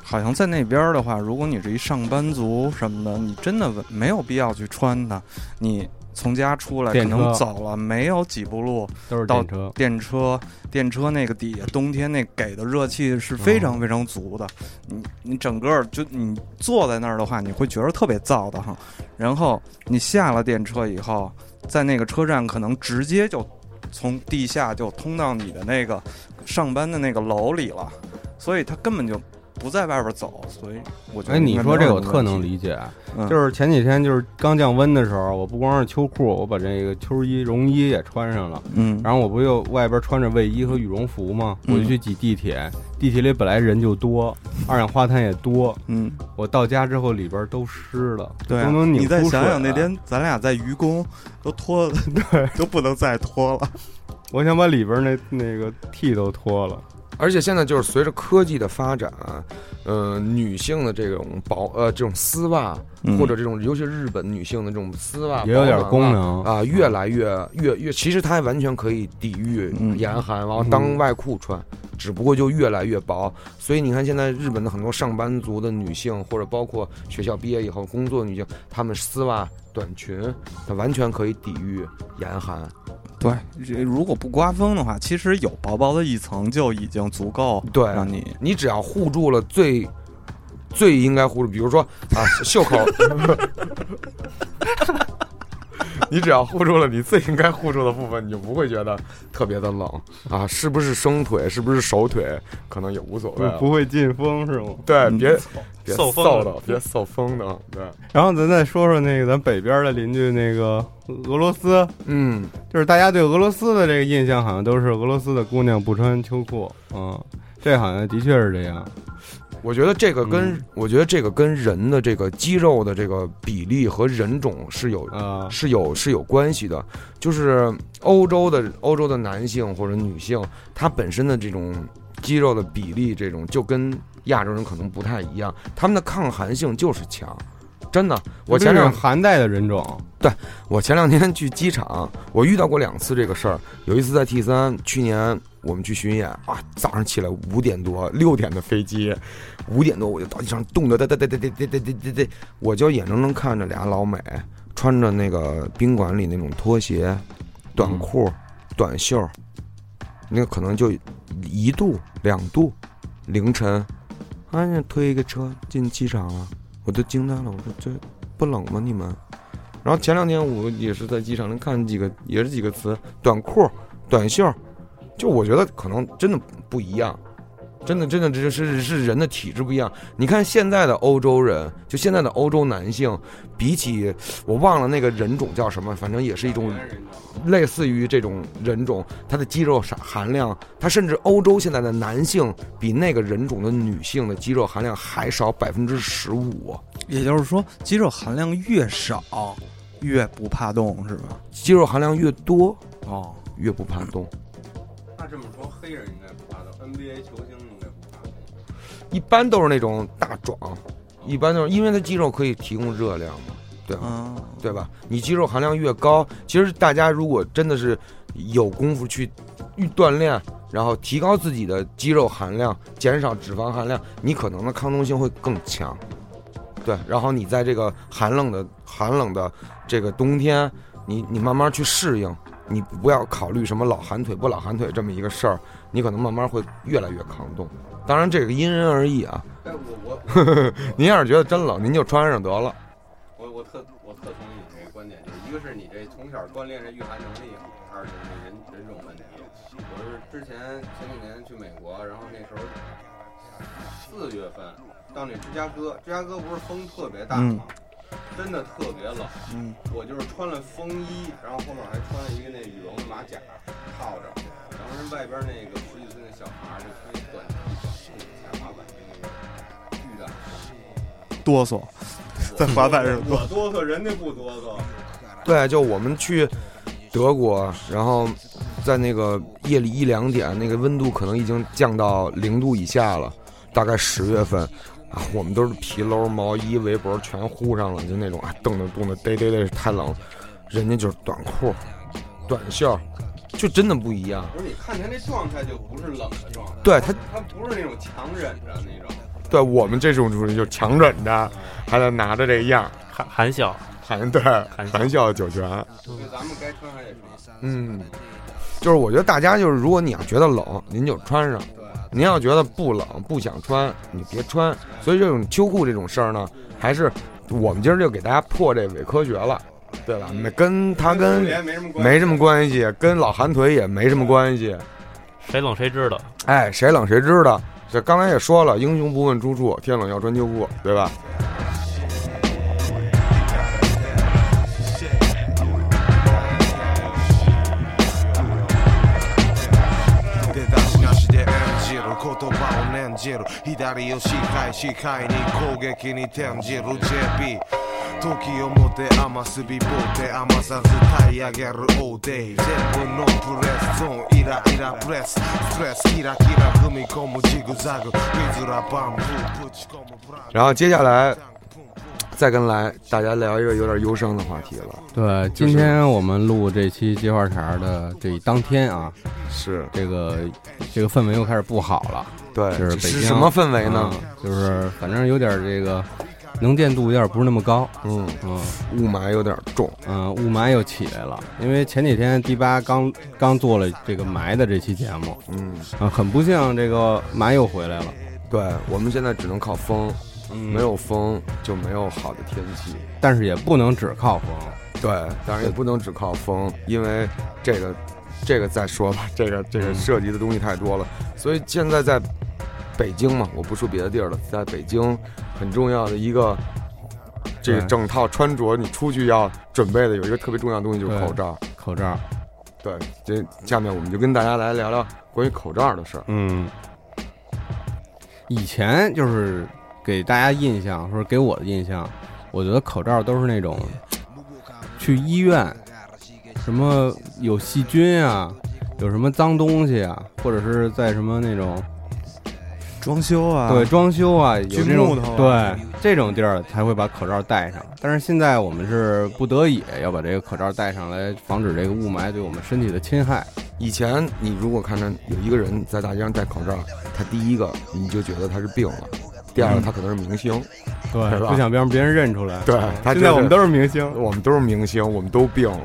Speaker 3: 好像在那边儿的话，如果你是一上班族什么的，你真的没有必要去穿它。你从家出来，可
Speaker 1: 电车
Speaker 3: 能走了没有几步路，
Speaker 1: 都是
Speaker 3: 到
Speaker 1: 电车，
Speaker 3: 电车，电车那个底下冬天那给的热气是非
Speaker 1: 哦
Speaker 3: 常非常足的，你你整个就你坐在那儿的话，你会觉得特别燥的哈。然后你下了电车以后，在那个车站可能直接就从地下就通到你的那个上班的那个楼里了，所以他根本就不在外边走，所以我觉得
Speaker 1: 哎，你
Speaker 3: 应该
Speaker 1: 说
Speaker 3: 嗯没
Speaker 1: 这
Speaker 3: 有
Speaker 1: 我
Speaker 3: 什么
Speaker 1: 特
Speaker 3: 问
Speaker 1: 能
Speaker 3: 题，
Speaker 1: 理解，啊
Speaker 3: 嗯
Speaker 1: 就是前几天就是刚降温的时候，我不光是秋裤，我把这个秋衣绒衣也穿上了，
Speaker 3: 嗯，
Speaker 1: 然后我不又外边穿着卫衣和羽绒服吗？我
Speaker 3: 嗯
Speaker 1: 就去挤地铁，地铁里本来人就多，二氧化碳也多，
Speaker 3: 嗯，
Speaker 1: 我到家之后里边都湿了，
Speaker 3: 对啊、
Speaker 1: 都能拧
Speaker 3: 你再
Speaker 1: 出水
Speaker 3: 想想那
Speaker 1: 了
Speaker 3: 天咱俩在愚 公都脱，对，就不能再脱了。
Speaker 1: 我想把里边那那个 T 都脱了，
Speaker 2: 而且现在就是随着科技的发展，呃，女性的这种薄呃这种丝袜，
Speaker 3: 嗯
Speaker 2: 或者这种尤其日本女性的这种丝袜，
Speaker 1: 也有点
Speaker 2: 薄
Speaker 1: 功
Speaker 2: 袜
Speaker 1: 能嗯
Speaker 2: 啊，越来越越越，其实它完全可以抵御
Speaker 3: 嗯
Speaker 2: 严寒，然后当外裤穿，只不过就越来越薄。所以你看，现在日本的很多上班族的女性，或者包括学校毕业以后工作的女性，她们丝袜、短裙，它完全可以抵御严寒。
Speaker 3: 对，这如果不刮风的话，其实有薄薄的一层就已经足够
Speaker 2: 对，
Speaker 1: 嗯
Speaker 3: 让你
Speaker 2: 你只要护住了最最应该护住，比如说啊袖口， 你只要护住了你最应该护住的部分，你就不会觉得特别的冷啊。是不是双腿，是不是手腿，可能也无所谓了。
Speaker 1: 不会进风是吗？
Speaker 2: 对，
Speaker 3: 嗯
Speaker 2: 别别
Speaker 4: 受风
Speaker 2: 臊
Speaker 4: 了
Speaker 2: 的，别受风的。对，
Speaker 1: 然后咱再说说那个咱北边的邻居那个俄罗斯，
Speaker 2: 嗯，
Speaker 1: 就是大家对俄罗斯的这个印象好像都是俄罗斯的姑娘不穿秋裤，嗯，这好像的确是这样，
Speaker 2: 我觉得这个跟、我觉得这个跟人的这个肌肉的这个比例和人种是有
Speaker 1: 啊、
Speaker 2: 是有是有关系的，就是欧洲的欧洲的男性或者女性，他本身的这种肌肉的比例，这种就跟亚洲人可能不太一样，他们的抗寒性就是强，真的。我前两
Speaker 1: 这是寒带的人种，
Speaker 2: 我前两天去机场，我遇到过两次这个事儿。有一次在 T 三，去年我们去巡演啊，早上起来五点多，六点的飞机，五点多我就到机场，冻得哒哒哒哒哒哒哒哒哒哒，我就眼睁睁看着俩老美穿着那个宾馆里那种拖鞋、短裤、短袖，那可能就一度两度，凌晨，哎呀，推一个车进机场了，我都惊呆了，我说这不冷吗你们？然后前两天我也是在机场能看几个，也是几个词，短裤、短袖，就我觉得可能真的不一样，真的真的这是是人的体质不一样。你看现在的欧洲人，就现在的欧洲男性，比起我忘了那个人种叫什么，反正也是一种类似于这种人种，他的肌肉含含量，他甚至欧洲现在的男性比那个人种的女性的肌肉含量还少百分之十五。
Speaker 3: 也就是说，肌肉含量越少，越不怕冻，是吧？
Speaker 2: 肌肉含量越多，
Speaker 3: 哦，
Speaker 2: 越不怕冻。
Speaker 1: 那这么说，黑人应该不怕冻，NBA 球星应该不怕冻。
Speaker 2: 一般都是那种大壮，一般都是因为它肌肉可以提供热量嘛，对吧？
Speaker 3: 嗯，
Speaker 2: 对吧？你肌肉含量越高，其实大家如果真的是有功夫去锻炼，然后提高自己的肌肉含量，减少脂肪含量，你可能的抗冻性会更强。对，然后你在这个寒冷的寒冷的这个冬天，你你慢慢去适应，你不要考虑什么老寒腿不老寒腿这么一个事儿，你可能慢慢会越来越抗冻。当然这个因人而异啊。
Speaker 1: 但哎我我
Speaker 2: 您要是觉得真冷，您就穿上得了。
Speaker 1: 我我特我特同意你这个观点，就是一个是你这从小锻炼这御寒能力好，二是这人人种问题。我是之前前几年去美国，然后那时候四月份到那芝加哥，芝加哥不是风特别大吗？真的特别冷，
Speaker 3: 嗯，
Speaker 1: 我就是穿了风衣，然后后面还穿了一个那羽绒的马甲套着，然后人外边那个十几岁那小孩儿就穿一短 T 短裤下滑板的那个巨大。
Speaker 3: 哆 嗦，在滑板上
Speaker 1: 我哆嗦，人家不哆嗦。
Speaker 2: 对，就我们去德国，然后在那个夜里一两点，那个温度可能已经降到零度以下了，大概十月份。啊，我们都是皮褛、毛衣、围脖全糊上了，就那种啊，冻得冻得嘚嘚嘚，太冷了。人家就是短裤、短袖，就真的不一样。
Speaker 1: 不是你看他那状态就不是冷的状态，
Speaker 2: 对他，
Speaker 1: 他不是那种强忍着那种。
Speaker 2: 对我们这种就是就强忍着，还得拿着这样。
Speaker 4: 含含笑，
Speaker 2: 含对含笑九泉。
Speaker 1: 咱们该穿还得穿。
Speaker 2: 嗯，就是我觉得大家就是，如果你要觉得冷，您就穿上；
Speaker 1: 啊
Speaker 2: 您要觉得不冷不想穿，你别穿。所以这种秋裤这种事儿呢，还是我们今儿就给大家破这伪科学了，对吧？
Speaker 1: 嗯
Speaker 2: 没跟它跟
Speaker 1: 没什么
Speaker 2: 没什么关系，跟老寒腿也没什么关系。
Speaker 4: 谁冷谁知道。
Speaker 2: 哎，谁冷谁知道。这刚才也说了，英雄不问出处，天冷要穿秋裤，对吧？
Speaker 7: 出で出しなしで演じる言葉を念じる左を視界視界に攻撃に転じる JP 時を持て余す美貌で余さずたい上げる all day 全部のプレスゾーンイライラプレスストレスキラキラ踏み込むジグザグウィズラバンブーぶち込むブラン
Speaker 2: 然后接下来再跟来大家聊一个有点忧伤的话题了，
Speaker 1: 对，今天我们录这期接话茬的这当天啊，
Speaker 2: 是
Speaker 1: 这个这个氛围又开始不好了，
Speaker 2: 对，
Speaker 1: 就是北京
Speaker 2: 是什么氛围呢？
Speaker 1: 嗯就是反正有点这个能见度有点不是那么高，
Speaker 2: 嗯，
Speaker 1: 嗯
Speaker 2: 雾霾有点重，
Speaker 1: 嗯，雾霾又起来了，因为前几天迪八刚刚做了这个霾的这期节目，
Speaker 2: 嗯，
Speaker 1: 啊，很不幸这个霾又回来了，
Speaker 2: 对，我们现在只能靠风，
Speaker 1: 嗯
Speaker 2: 没，有风就没有好的天气。
Speaker 1: 但是也不能只靠风，
Speaker 2: 对，当然也不能只靠风，因为这个，这个再说吧，这个这
Speaker 1: 嗯
Speaker 2: 个涉及的东西太多了。所以现在在北京嘛，我不说别的地儿了，在北京很重要的一个。这个
Speaker 1: 对
Speaker 2: 整套穿着，你出去要准备的有一个特别重要的东西，就是
Speaker 1: 对
Speaker 2: 口罩。
Speaker 1: 口罩，
Speaker 2: 对，这下面我们就跟大家来聊聊关于口罩的事儿。
Speaker 1: 嗯，以前就是给大家印象，或者给我的印象，我觉得口罩都是那种去医院，什么有细菌啊，有什么脏东西啊，或者是在什么那种
Speaker 3: 装修啊，
Speaker 1: 对，装修啊，有这
Speaker 3: 锯木
Speaker 1: 种
Speaker 3: 头啊
Speaker 1: 对这种地儿才会把口罩戴上。但是现在我们是不得已要把这个口罩戴上来，防止这个雾霾对我们身体的侵害。
Speaker 2: 以前你如果看着有一个人在大街上戴口罩，他第一个你就觉得他是病了，第二个他可能是明星，
Speaker 1: 对
Speaker 2: 吧
Speaker 1: 不想让别人认出来。
Speaker 2: 对他
Speaker 1: 现在我们
Speaker 2: 都
Speaker 1: 都是明星。
Speaker 2: 我们都是明星，我们都病了。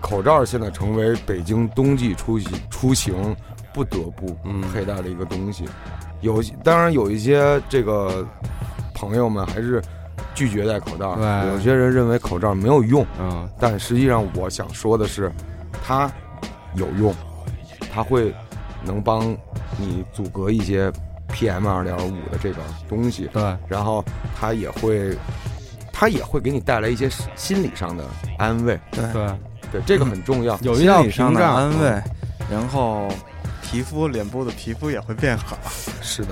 Speaker 2: 口罩现在成为北京冬季出行出行不得不
Speaker 1: 嗯
Speaker 2: 佩戴的一个东西。有当然有一些这个朋友们还是拒绝戴口罩，
Speaker 1: 对
Speaker 2: 有些人认为口罩没有用，
Speaker 1: 嗯，
Speaker 2: 但实际上我想说的是，它有用，它会能帮你阻隔一些 PM 二点五的这个东西，
Speaker 1: 对，
Speaker 2: 然后它也会，它也会给你带来一些心理上的安慰，
Speaker 3: 对，
Speaker 1: 对，
Speaker 2: 对，这个很重要。
Speaker 1: 有一道
Speaker 3: 心理
Speaker 1: 屏
Speaker 3: 上的
Speaker 1: 障
Speaker 3: 安慰，然后皮肤脸部的皮肤也会变好。
Speaker 2: 是的，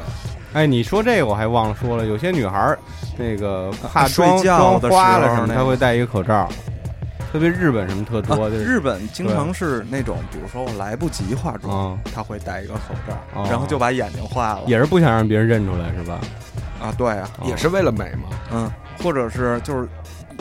Speaker 1: 哎，你说这个我还忘了说了，有些女孩儿那个怕
Speaker 3: 睡
Speaker 1: 妆、
Speaker 3: 觉
Speaker 1: 妆
Speaker 3: 的
Speaker 1: 花
Speaker 3: 时
Speaker 1: 了
Speaker 3: 候
Speaker 1: 什么，
Speaker 3: 那
Speaker 1: 她
Speaker 3: 个
Speaker 1: 会戴一个口罩。特别日本什么特多，
Speaker 3: 啊
Speaker 1: 就是
Speaker 3: 日本经常是那种，比如说我来不及化妆，
Speaker 1: 嗯
Speaker 3: 他会戴一个口罩，
Speaker 1: 哦
Speaker 3: 然后就把啊眼睛化了。
Speaker 1: 也是不想让别人认出来，是吧？
Speaker 3: 啊，对啊，
Speaker 1: 哦
Speaker 2: 也是为了美嘛。
Speaker 3: 嗯，或者是就是。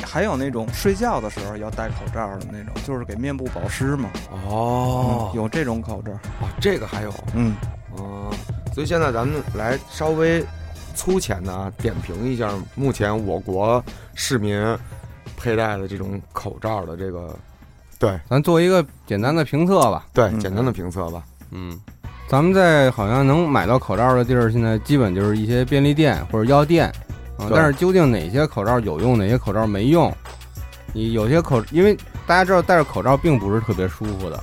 Speaker 3: 还有那种睡觉的时候要戴口罩的那种，就是给面部保湿嘛。
Speaker 2: 哦
Speaker 3: 嗯，有这种口罩。
Speaker 2: 哦这个还有，
Speaker 3: 嗯，
Speaker 2: 嗯，所以现在咱们来稍微粗浅的啊点评一下目前我国市民佩戴的这种口罩的这个，对
Speaker 1: 咱做一个简单的评测吧。
Speaker 2: 对，
Speaker 3: 嗯
Speaker 2: 简单的评测吧。
Speaker 1: 嗯，咱们在好像能买到口罩的地儿，现在基本就是一些便利店或者药店啊。
Speaker 2: 对
Speaker 1: 但是究竟哪些口罩有用，哪些口罩没用？你有些口，因为大家知道戴着口罩并不是特别舒服的。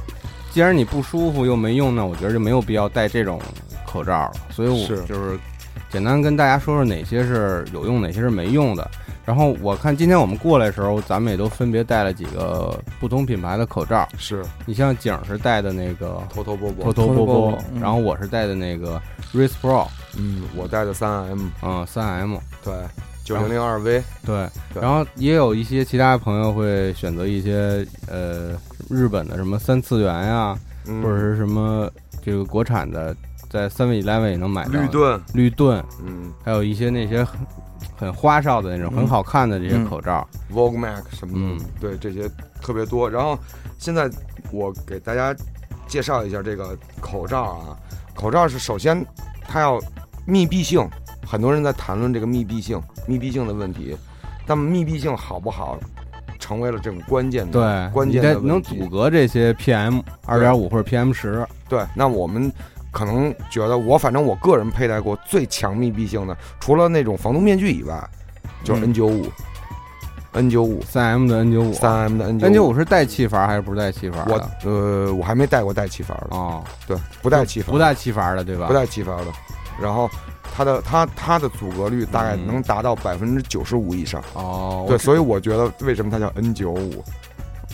Speaker 1: 既然你不舒服又没用，那我觉得就没有必要戴这种口罩了。所以我
Speaker 2: 是
Speaker 1: 就是简单跟大家说说哪些是有用，哪些是没用的。然后我看今天我们过来的时候，咱们也都分别戴了几个不同品牌的口罩。
Speaker 2: 是
Speaker 1: 你像景儿是戴的那个
Speaker 2: 偷偷摸摸
Speaker 1: 偷，偷摸摸
Speaker 3: 嗯
Speaker 1: 然后我是戴的那个 Race Pro，
Speaker 2: 嗯，我戴的三 M，
Speaker 1: 嗯，三 M，
Speaker 2: 对，九零零二 V，
Speaker 1: 对。
Speaker 2: 对
Speaker 1: 然后也有一些其他朋友会选择一些呃日本的什么三次元呀、
Speaker 2: 嗯
Speaker 1: 或者是什么这个国产的，在三 e Eleven 也能买到
Speaker 2: 绿、盾，
Speaker 1: 绿盾，
Speaker 2: 嗯
Speaker 1: 还有一些那些很很花哨的那种、
Speaker 3: 嗯
Speaker 1: 很好看的这些口罩。
Speaker 2: ，Vogue Mac 什么的，
Speaker 1: 嗯，
Speaker 2: 对，这些特别多。然后现在我给大家介绍一下这个口罩啊，口罩是首先它要密闭性，很多人在谈论这个密闭性、密闭性的问题。那么密闭性好不好？成为了这种关键的
Speaker 1: 对，
Speaker 2: 关键
Speaker 1: 你
Speaker 2: 的
Speaker 1: 得
Speaker 2: 问
Speaker 1: 能
Speaker 2: 题
Speaker 1: 阻隔这些 PM 二点五或者 PM 十，
Speaker 2: 对，那我们可能觉得，我反正我个人佩戴过最强密闭性的，除了那种防毒面具以外，就是 N 九五、N 九五、
Speaker 1: 三 M 的 N 九五，
Speaker 2: 三 M 的 N
Speaker 1: N 九
Speaker 2: 五。
Speaker 1: 五是带气阀还是不带气阀的？啊
Speaker 2: 我呃，我还没戴过带气阀的，
Speaker 1: 哦，
Speaker 2: 对，不带气阀，
Speaker 1: 不带气阀的对吧？
Speaker 2: 不带气阀的。然后它的它它的阻隔率大概
Speaker 1: 嗯
Speaker 2: 能达到百分之九十五以上，
Speaker 1: 哦，
Speaker 2: 对，所以我觉得为什么它叫 N 九五，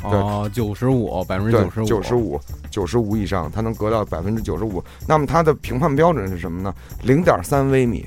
Speaker 2: 对
Speaker 1: 哦，九十五，百分之
Speaker 2: 对
Speaker 1: 九十，五，
Speaker 2: 九十五，九十五以上，它能隔到百分之九十五。那么它的评判标准是什么呢？零点三微米，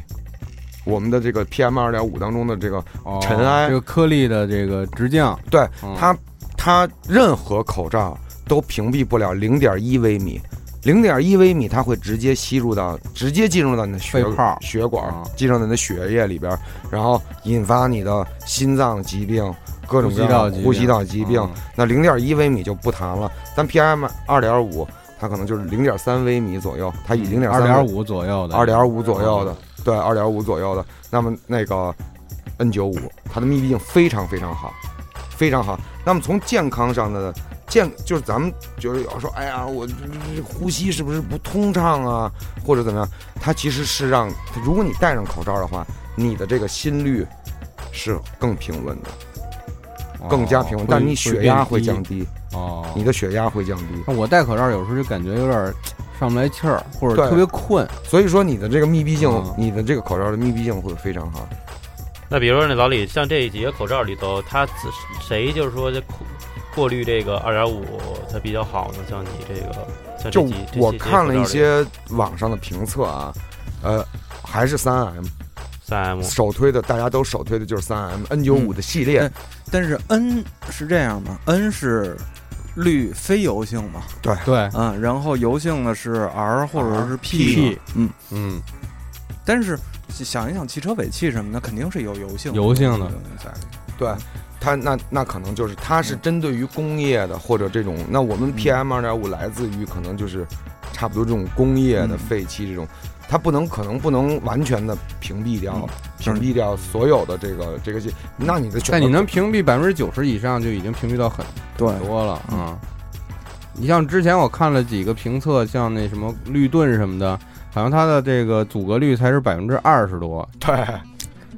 Speaker 2: 我们的这个 PM 二点五当中的这个，
Speaker 1: 哦
Speaker 2: 尘埃
Speaker 1: 这个颗粒的这个直径，
Speaker 2: 对
Speaker 1: 嗯
Speaker 2: 它它任何口罩都屏蔽不了零点一微米。零点一微米，它会直接吸入到，直接进入到你的血
Speaker 1: 肺泡
Speaker 2: 血管
Speaker 1: 啊，
Speaker 2: 进入到你的血液里边，然后引发你的心脏疾病、各种
Speaker 1: 呼
Speaker 2: 各
Speaker 1: 吸
Speaker 2: 样
Speaker 1: 道
Speaker 2: 的
Speaker 1: 疾
Speaker 2: 呼吸道疾病，
Speaker 1: 嗯
Speaker 2: 那零点一微米就不谈了，咱 PM 二点五，它可能就是零点三微米左右，它以零点
Speaker 1: 嗯二点、五左右的，
Speaker 2: 二点五左右
Speaker 1: 啊
Speaker 2: 的，对，二点五左右的。那么那个 N 九五，它的密闭性非常非常好，非常好。那么从健康上的健，就是咱们就是要说，哎呀，我这这呼吸是不是不通畅啊，或者怎么样？它其实是让，如果你戴上口罩的话，你的这个心率是更平稳的，
Speaker 1: 哦
Speaker 2: 更加平稳，
Speaker 1: 会
Speaker 2: 但你血压会
Speaker 1: 会
Speaker 2: 降
Speaker 1: 变低
Speaker 2: 低。
Speaker 1: 哦。
Speaker 2: 你的血压会降低。
Speaker 1: 我戴口罩有时候就感觉有点儿上不来气儿，或者
Speaker 2: 对
Speaker 1: 特别困。
Speaker 2: 所以说你的这个密闭性，
Speaker 1: 嗯
Speaker 2: 你的这个口罩的密闭性会非常好。
Speaker 4: 那比如说那老李，像这几个口罩里头，他自谁就是说这过过滤这个二点五，它比较好呢？像你这个，像这
Speaker 2: 就
Speaker 4: 几这
Speaker 2: 我
Speaker 4: 几
Speaker 2: 看了一些网上的评测啊，呃，还是三 M
Speaker 4: 三 M，
Speaker 2: 首推的，大家都首推的就是三 M N 九五的系列。
Speaker 3: 但是 N 是这样的，N 是滤非油性嘛，
Speaker 1: 对，
Speaker 3: 嗯，然后油性的是 R 或者是
Speaker 1: P
Speaker 3: 嘛嗯，
Speaker 1: 嗯，
Speaker 3: 但是想一想汽车尾气什么的，肯定是有油性的
Speaker 1: 油性的
Speaker 3: 东西在里面
Speaker 2: 对，它那那可能就是它是针对于工业的或者这种，那我们 PM 二点五来自于可能就是差不多这种工业的
Speaker 3: 嗯
Speaker 2: 废气这种，它不能可能不能完全的屏蔽掉
Speaker 3: 嗯
Speaker 2: 屏蔽掉所有的这个这个系，那你的选择
Speaker 1: 但你能屏蔽百分之九十以上，就已经屏蔽到很
Speaker 3: 对，
Speaker 1: 多了
Speaker 2: 嗯
Speaker 1: 啊。你像之前我看了几个评测，像那什么绿盾什么的，好像它的这个阻隔率才是百分之二十多。
Speaker 2: 对。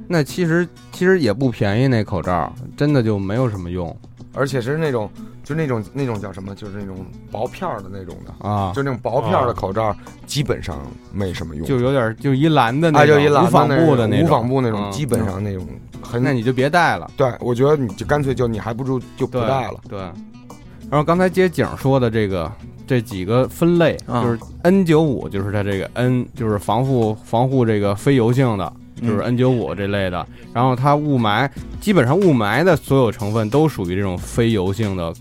Speaker 1: 那其实其实也不便宜，那口罩真的就没有什么用
Speaker 2: 而且是那种，就那种那种叫什么，就是那种薄片儿的那种的，
Speaker 1: 啊，
Speaker 2: 就那种薄片儿的口罩，基本上没什么用。
Speaker 1: 就有点就一蓝的那
Speaker 2: 啊，
Speaker 1: 种，
Speaker 2: 就一蓝
Speaker 1: 无纺布的
Speaker 2: 那
Speaker 1: 那
Speaker 2: 种
Speaker 1: 种，
Speaker 2: 无纺布那种，
Speaker 1: 嗯
Speaker 2: 基本上那种很。
Speaker 1: 那你就别戴了。
Speaker 2: 对，我觉得你就干脆就你还不如就不
Speaker 1: 对
Speaker 2: 戴了。
Speaker 1: 对，然后刚才接景说的这个这几个分类，
Speaker 3: 啊
Speaker 1: 就是 N 九五，就是它这个 N 就是防护防护这个非油性的，
Speaker 3: 嗯
Speaker 1: 就是 N 九五这类的。然后它雾霾，基本上雾霾的所有成分都属于这种非油性的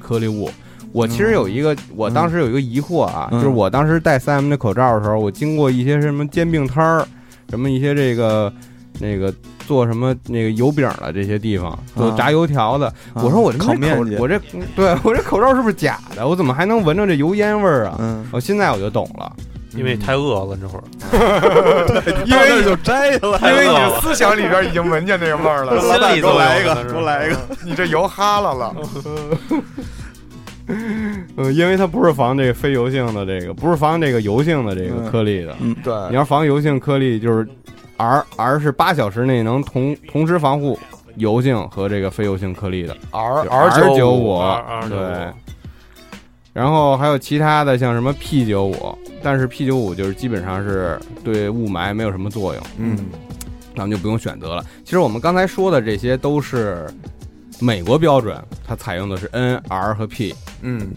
Speaker 1: 颗粒物。我其实有一个，我当时有一个疑惑啊，
Speaker 3: 嗯
Speaker 1: 就是我当时戴三 M 的口罩的时候，我经过一些什么煎饼摊儿，什么一些这个那个做什么那个油饼的这些地方，做
Speaker 3: 啊
Speaker 1: 炸油条的，
Speaker 3: 啊
Speaker 1: 我说我这
Speaker 3: 烤
Speaker 1: 口
Speaker 3: 面去
Speaker 1: 我这对我这口罩是不是假的？我怎么还能闻着这油烟味儿啊？
Speaker 3: 嗯，
Speaker 1: 我现在我就懂了，
Speaker 4: 因为太饿了那会儿。
Speaker 2: 因为
Speaker 3: 就摘下来
Speaker 4: 太
Speaker 2: 因为你
Speaker 4: 饿
Speaker 2: 的
Speaker 4: 了，
Speaker 2: 思想里边已经闻见那个味儿了，
Speaker 4: 心里头来一个， 多来一个。
Speaker 2: 你这油哈喇了。
Speaker 1: 呃，因为它不是防这个非油性的这个，不是防这个油性的这个
Speaker 3: 嗯
Speaker 1: 颗粒的。
Speaker 2: 对，
Speaker 1: 你要防油性颗粒，就是 R R 是八小时内能同同时防护油性和这个非油性颗粒的
Speaker 2: R
Speaker 1: ，R 九
Speaker 2: 五，
Speaker 1: 五
Speaker 4: R
Speaker 1: 对。然后还有其他的，像什么 P 九五，但是 P 九五就是基本上是对雾霾没有什么作用。
Speaker 2: 嗯，
Speaker 1: 咱们就不用选择了。其实我们刚才说的这些都是美国标准，它采用的是 N、R 和 P，
Speaker 2: 嗯，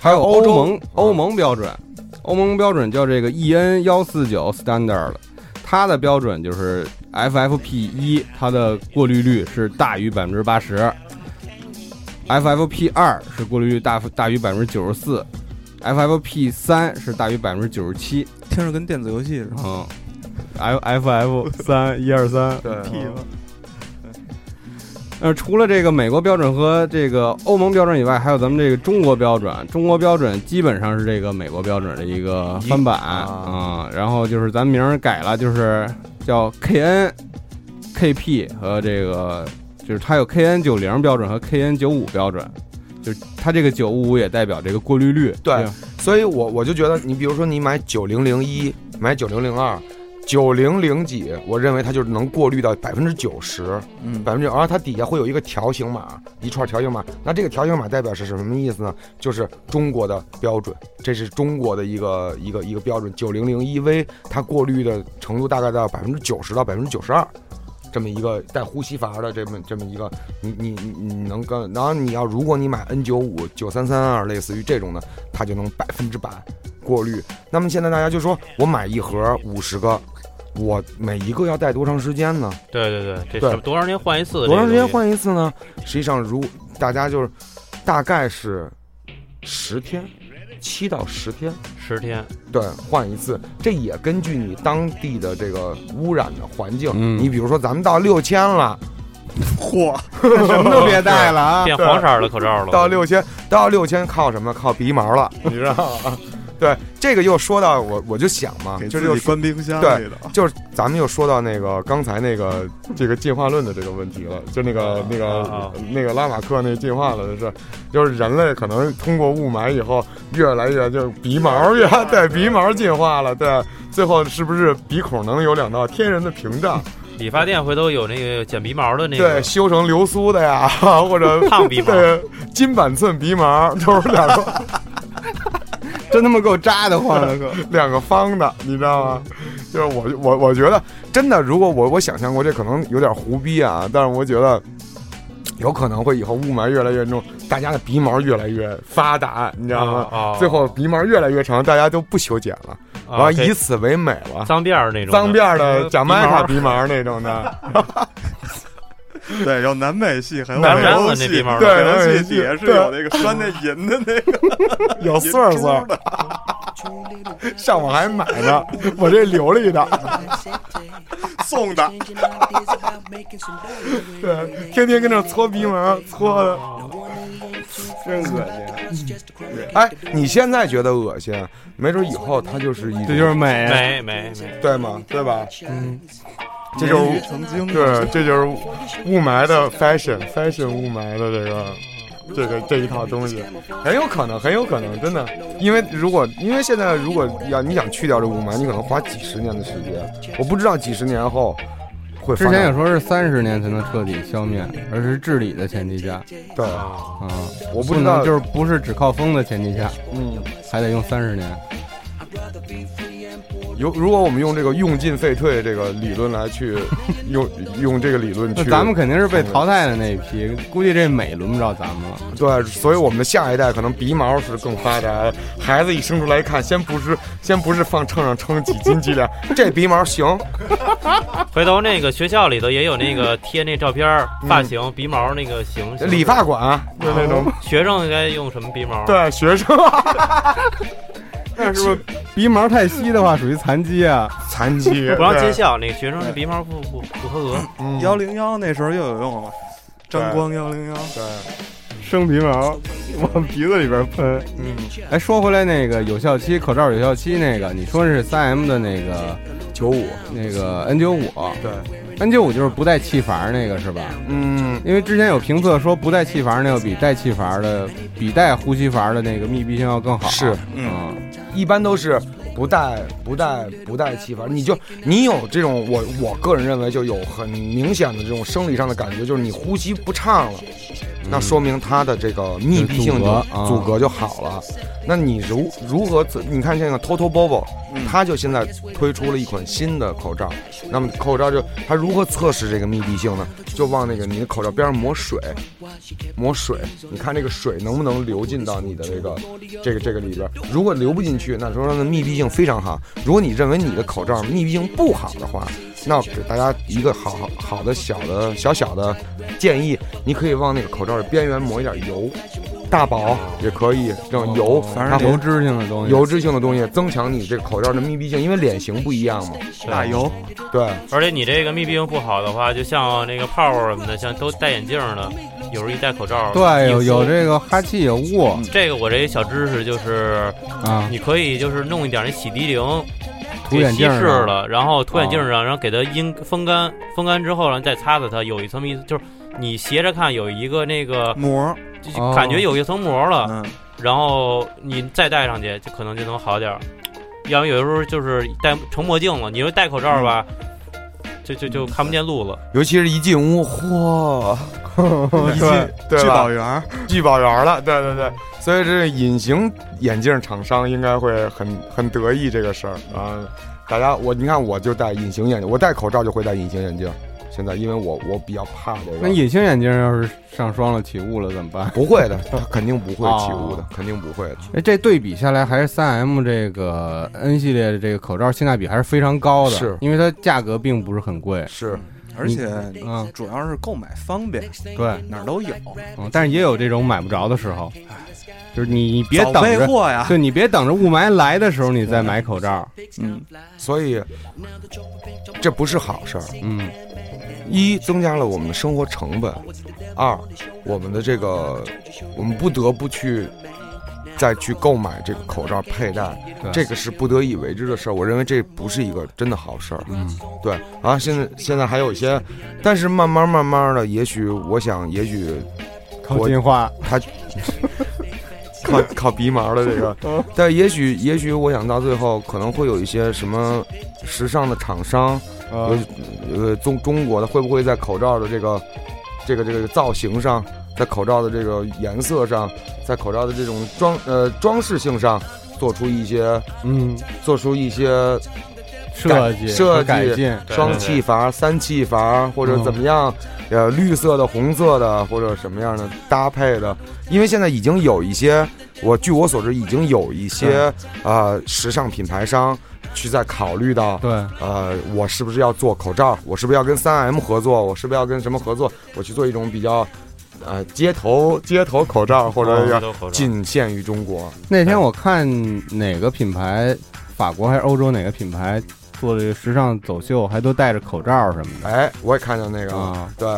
Speaker 2: 还有
Speaker 1: 欧
Speaker 2: 洲
Speaker 1: 盟欧盟标准，欧盟标准叫这个 EN 幺四九 Standard，它的标准就是 FFP 一，它的过滤率是大于百分之八十，FFP 二是过滤率大大于百分之九十四，FFP 三是大于百分之九十七，
Speaker 3: 听着跟电子游戏似的。
Speaker 1: 嗯，F F F 三一二三
Speaker 2: 对
Speaker 1: 呃，除了这个美国标准和这个欧盟标准以外，还有咱们这个中国标准。中国标准基本上是这个美国标准的一个翻版
Speaker 2: 啊
Speaker 1: 啊、然后就是咱名儿改了，就是叫 KN、KP 和这个就是它有 KN 九零标准和 KN 九五标准，就是它这个九五也代表这个过滤率。
Speaker 2: 对
Speaker 1: 吧
Speaker 2: 所以我我就觉得，你比如说你买九零零一，买九零零二，九零零几，我认为它就是能过滤到百分之九十，
Speaker 3: 嗯，
Speaker 2: 百分之，然后它底下会有一个条形码，一串条形码。那这个条形码代表是什么意思呢？就是中国的标准，这是中国的一个一个一个标准。九零零一 V 它过滤的程度大概到百分之九十到百分之九十二。这么一个带呼吸阀的这么这么一个，你你你你能跟，然后你要如果你买 N 九五九三三二类似于这种的，它就能百分之百过滤。那么现在大家就说我买一盒五十个，我每一个要戴多长时间呢？
Speaker 4: 对对对，这
Speaker 2: 对
Speaker 4: 是多长时间换一次？
Speaker 2: 多长时间？换一次呢？实际上，如大家就是大概是十天，七到十天，
Speaker 4: 十天。
Speaker 2: 对，换一次。这也根据你当地的这个污染的环境。
Speaker 1: 嗯
Speaker 2: 你比如说，咱们到六千了，
Speaker 3: 嚯，
Speaker 2: 什么都别戴了啊，
Speaker 4: 变黄色儿的口罩了。
Speaker 2: 到六千，到六千靠什么？靠鼻毛了， 你知道吗？对，这个又说到我，我就想嘛，
Speaker 3: 给
Speaker 2: 这
Speaker 3: 自
Speaker 2: 就
Speaker 3: 己
Speaker 2: 是
Speaker 3: 关冰箱
Speaker 2: 对
Speaker 3: 里的，
Speaker 2: 就是咱们又说到那个刚才那 个这个进化论的这个问题了，就那个那
Speaker 4: 啊
Speaker 2: 个那个拉马克那进化论的事，就是人类可能通过雾霾以后越来越就是鼻毛越对鼻毛进化了，对，最后是不是鼻孔能有两道天然的屏障？
Speaker 4: 理发店回头有那个剪鼻毛的那
Speaker 2: 对，
Speaker 4: 个，
Speaker 2: 修成流苏的呀， 或者
Speaker 4: 烫鼻毛啊
Speaker 2: 对金板寸鼻毛都是两个
Speaker 1: 真他妈够扎的慌的，
Speaker 2: 两个方的，你知道吗？就是我我我觉得真的，如果我我想象过这可能有点胡逼啊，但是我觉得有可能会以后雾霾越来越重，大家的鼻毛越来越发达，你知道吗？
Speaker 4: 啊，
Speaker 2: 最后鼻毛越来越长，大家都不修剪了，然后
Speaker 4: 啊，
Speaker 2: 以
Speaker 4: 给
Speaker 2: 此为美了，
Speaker 4: 脏辫儿那种的
Speaker 2: 脏辫儿的
Speaker 4: 呃
Speaker 2: 长麦卡
Speaker 4: 鼻
Speaker 2: 鼻毛那种的，
Speaker 3: 对，有南美系，还有
Speaker 4: 南美
Speaker 3: 欧
Speaker 4: 的那
Speaker 3: 系，
Speaker 4: 地方
Speaker 2: 对
Speaker 3: 北欧
Speaker 2: 南美
Speaker 3: 系
Speaker 2: 系
Speaker 3: 底下是
Speaker 2: 对
Speaker 3: 有那个拴那银的那个
Speaker 2: 有
Speaker 3: 银
Speaker 2: 穗儿穗
Speaker 3: 珠
Speaker 2: 儿，
Speaker 3: 的，
Speaker 2: 上网还买呢，我这留了一道，
Speaker 3: 送的。
Speaker 2: 对，天天跟那儿搓鼻毛，搓 的。
Speaker 3: 真恶心！
Speaker 2: 哎，你现在觉得恶心，没准以后它就是一种，
Speaker 1: 这就是美。
Speaker 4: 没没没，
Speaker 2: 对吗？对吧？这就
Speaker 3: 由
Speaker 2: 是
Speaker 3: 于曾经
Speaker 2: 对，这就是雾霾的 fashion fashion 雾霾的这个。这个这一套东西，很有可能，很有可能，真的，因为如果，因为现在如果要你想去掉这雾霾，你可能花几十年的时间，我不知道几十年后会发
Speaker 1: 之
Speaker 2: 展。
Speaker 1: 前也说是三十年才能彻底消灭，而是治理的前提下
Speaker 2: 对，
Speaker 1: 啊，
Speaker 2: 我不
Speaker 1: 不
Speaker 2: 知道
Speaker 1: 能就是不是只靠风的前提下，
Speaker 2: 嗯，
Speaker 1: 还得用三十年。
Speaker 2: 有如果我们用这个用进废退这个理论来去用用这个理论
Speaker 1: 那
Speaker 2: 去，
Speaker 1: 咱们肯定是被淘汰的那一批，估计这美轮不着咱们了。
Speaker 2: 对，所以我们的下一代可能鼻毛是更发达的。孩子一生出来一看，先不是先不是放秤上称几斤几两，这鼻毛行，
Speaker 4: 回头那个学校里头也有那个贴那照片儿、发型、鼻毛那个型，
Speaker 2: 嗯理发馆啊
Speaker 1: 嗯
Speaker 2: 就那
Speaker 1: 哦
Speaker 2: 种。
Speaker 4: 学生应该用什么鼻毛？，
Speaker 2: 对学生，
Speaker 1: 但是不是鼻毛太稀的话，属于残疾啊？
Speaker 2: 残疾
Speaker 4: 不让
Speaker 2: 对
Speaker 4: 进校，那个学生的鼻毛不不不合格。
Speaker 2: 嗯
Speaker 3: 幺零幺那时候又有用了，张
Speaker 2: 对
Speaker 3: 光幺零幺，
Speaker 2: 对，
Speaker 1: 生鼻毛往鼻子里边喷。
Speaker 3: 嗯，
Speaker 1: 哎，说回来那个有效期口罩有效期那个，你说是三 M 的那个
Speaker 2: 九五，
Speaker 1: 那个 N 9 5
Speaker 2: 对，
Speaker 1: N 9 5就是不带气阀那个是吧？
Speaker 2: 嗯，
Speaker 1: 因为之前有评测说不带气阀那个比带气阀的比带呼吸阀的那个密闭性要更好。啊
Speaker 2: 是
Speaker 1: 嗯，
Speaker 2: 一般都是不带不带不带气阀，你就你有这种我我个人认为就有很明显的这种生理上的感觉，就是你呼吸不畅了，那说明它的这个密闭性
Speaker 1: 嗯阻
Speaker 2: 就
Speaker 1: 隔啊
Speaker 2: 阻隔就好了。那你如如何自？你看现在 Toto Bobo，它
Speaker 1: 嗯
Speaker 2: 就现在推出了一款新的口罩，那么口罩就它如何测试这个密闭性呢？就往那个你的口罩边上抹水，抹水，你看这个水能不能流进到你的这个这个这个里边儿？如果流不进去，那说它的密闭性非常好。如果你认为你的口罩密闭性不好的话，那给大家一个好好好的小的小小的建议，你可以往那个口罩的边缘抹一点油，大宝也可以，这种油，
Speaker 1: 反
Speaker 2: 它
Speaker 1: 正
Speaker 2: 会
Speaker 1: 油脂性的东西。
Speaker 2: 油脂性的东西增强你这个口罩的密闭性，因为脸型不一样嘛。
Speaker 3: 大油，
Speaker 2: 对，
Speaker 4: 而且你这个密闭性不好的话，就像那个泡泡什么的，像都戴眼镜的，有时候一戴口罩，
Speaker 1: 对，
Speaker 4: 一
Speaker 1: 有有
Speaker 4: 缩
Speaker 1: 这个哈气有雾
Speaker 2: 嗯
Speaker 4: 这个我这一小知识就是，
Speaker 1: 啊，
Speaker 4: 你可以就是弄一点那洗涤灵，
Speaker 1: 涂眼镜
Speaker 4: 给稀释
Speaker 1: 儿啊哦
Speaker 4: 了，然后涂眼镜上，然后给它阴风干，风干之后，然后再擦擦它，有一层密，就是你斜着看有一个那个
Speaker 3: 膜儿，
Speaker 4: 就是
Speaker 1: 哦
Speaker 4: 感觉有一层膜了，
Speaker 3: 嗯，
Speaker 4: 然后你再戴上去，就可能就能好点儿。要不然有的时候就是戴成墨镜了，你说戴口罩吧，
Speaker 1: 嗯
Speaker 4: 就就就看不见路了。
Speaker 2: 尤其是一进屋， 嚯，对
Speaker 3: 一进
Speaker 2: 对
Speaker 3: 聚
Speaker 2: 吧
Speaker 3: 宝？园儿，
Speaker 2: 聚宝园了，对对对，所以这隐形眼镜厂商应该会很很得意这个事儿啊。大家，我你看，我就戴隐形眼镜，我戴口罩就会戴隐形眼镜。现在因为我我比较怕这
Speaker 1: 那
Speaker 2: 个，
Speaker 1: 隐形眼镜要是上霜了起雾了怎么办？
Speaker 2: 不会 的，它肯定不会起雾的
Speaker 1: 哦，
Speaker 2: 肯定不会的。
Speaker 1: 哎，这对比下来，还是三 M 这个 N 系列的这个口罩性价比还是非常高的，
Speaker 2: 是
Speaker 1: 因为它价格并不是很贵，
Speaker 2: 是，
Speaker 3: 而且
Speaker 1: 嗯
Speaker 3: 主要是购买方便，
Speaker 1: 对，
Speaker 3: 哪儿都有，
Speaker 1: 嗯，但是也有这种买不着的时候，就是你你别
Speaker 3: 早
Speaker 1: 等
Speaker 3: 备
Speaker 1: 着，
Speaker 3: 货呀，
Speaker 1: 对你别等着雾霾来的时候你再买口罩，
Speaker 3: 嗯，
Speaker 2: 所以这不是好事儿。
Speaker 1: 嗯，
Speaker 2: 一增加了我们的生活成本，二我们的这个我们不得不去再去购买这个口罩佩戴，
Speaker 1: 对
Speaker 2: 这个是不得已为之的事儿。我认为这不是一个真的好事儿。
Speaker 1: 嗯，
Speaker 2: 对啊，现在现在还有一些，但是慢慢慢慢的，也许我想，也许
Speaker 1: 靠进化，
Speaker 2: 靠靠鼻毛的这
Speaker 1: 嗯
Speaker 2: 个，但也许也许我想到最后可能会有一些什么时尚的厂商，
Speaker 1: 呃，
Speaker 2: 呃，中中国的会不会在口罩的这个这个这个造型上，在口罩的这个颜色上，在口罩的这种装呃装饰性上，做出一些
Speaker 1: 嗯，
Speaker 2: 做出一些
Speaker 1: 设计
Speaker 2: 设
Speaker 1: 和
Speaker 2: 计
Speaker 1: 改进，
Speaker 4: 对
Speaker 2: 双气阀、三气阀或者怎么样，呃，绿色的、红色的或者什么样的搭配的，因为现在已经有一些，我据我所知已经有一些呃时尚品牌商去在考虑到
Speaker 1: 对，
Speaker 2: 呃，我是不是要做口罩？我是不是要跟三 M 合作？我是不是要跟什么合作？我去做一种比较，呃，街头街头口罩，或者要
Speaker 4: 都口罩
Speaker 2: 仅限于中国。
Speaker 1: 那天我看哪个品牌，法国还是欧洲哪个品牌做的时尚走秀，还都戴着口罩什么
Speaker 2: 哎，我也看见那
Speaker 1: 的
Speaker 2: 个，
Speaker 1: 啊，
Speaker 2: 对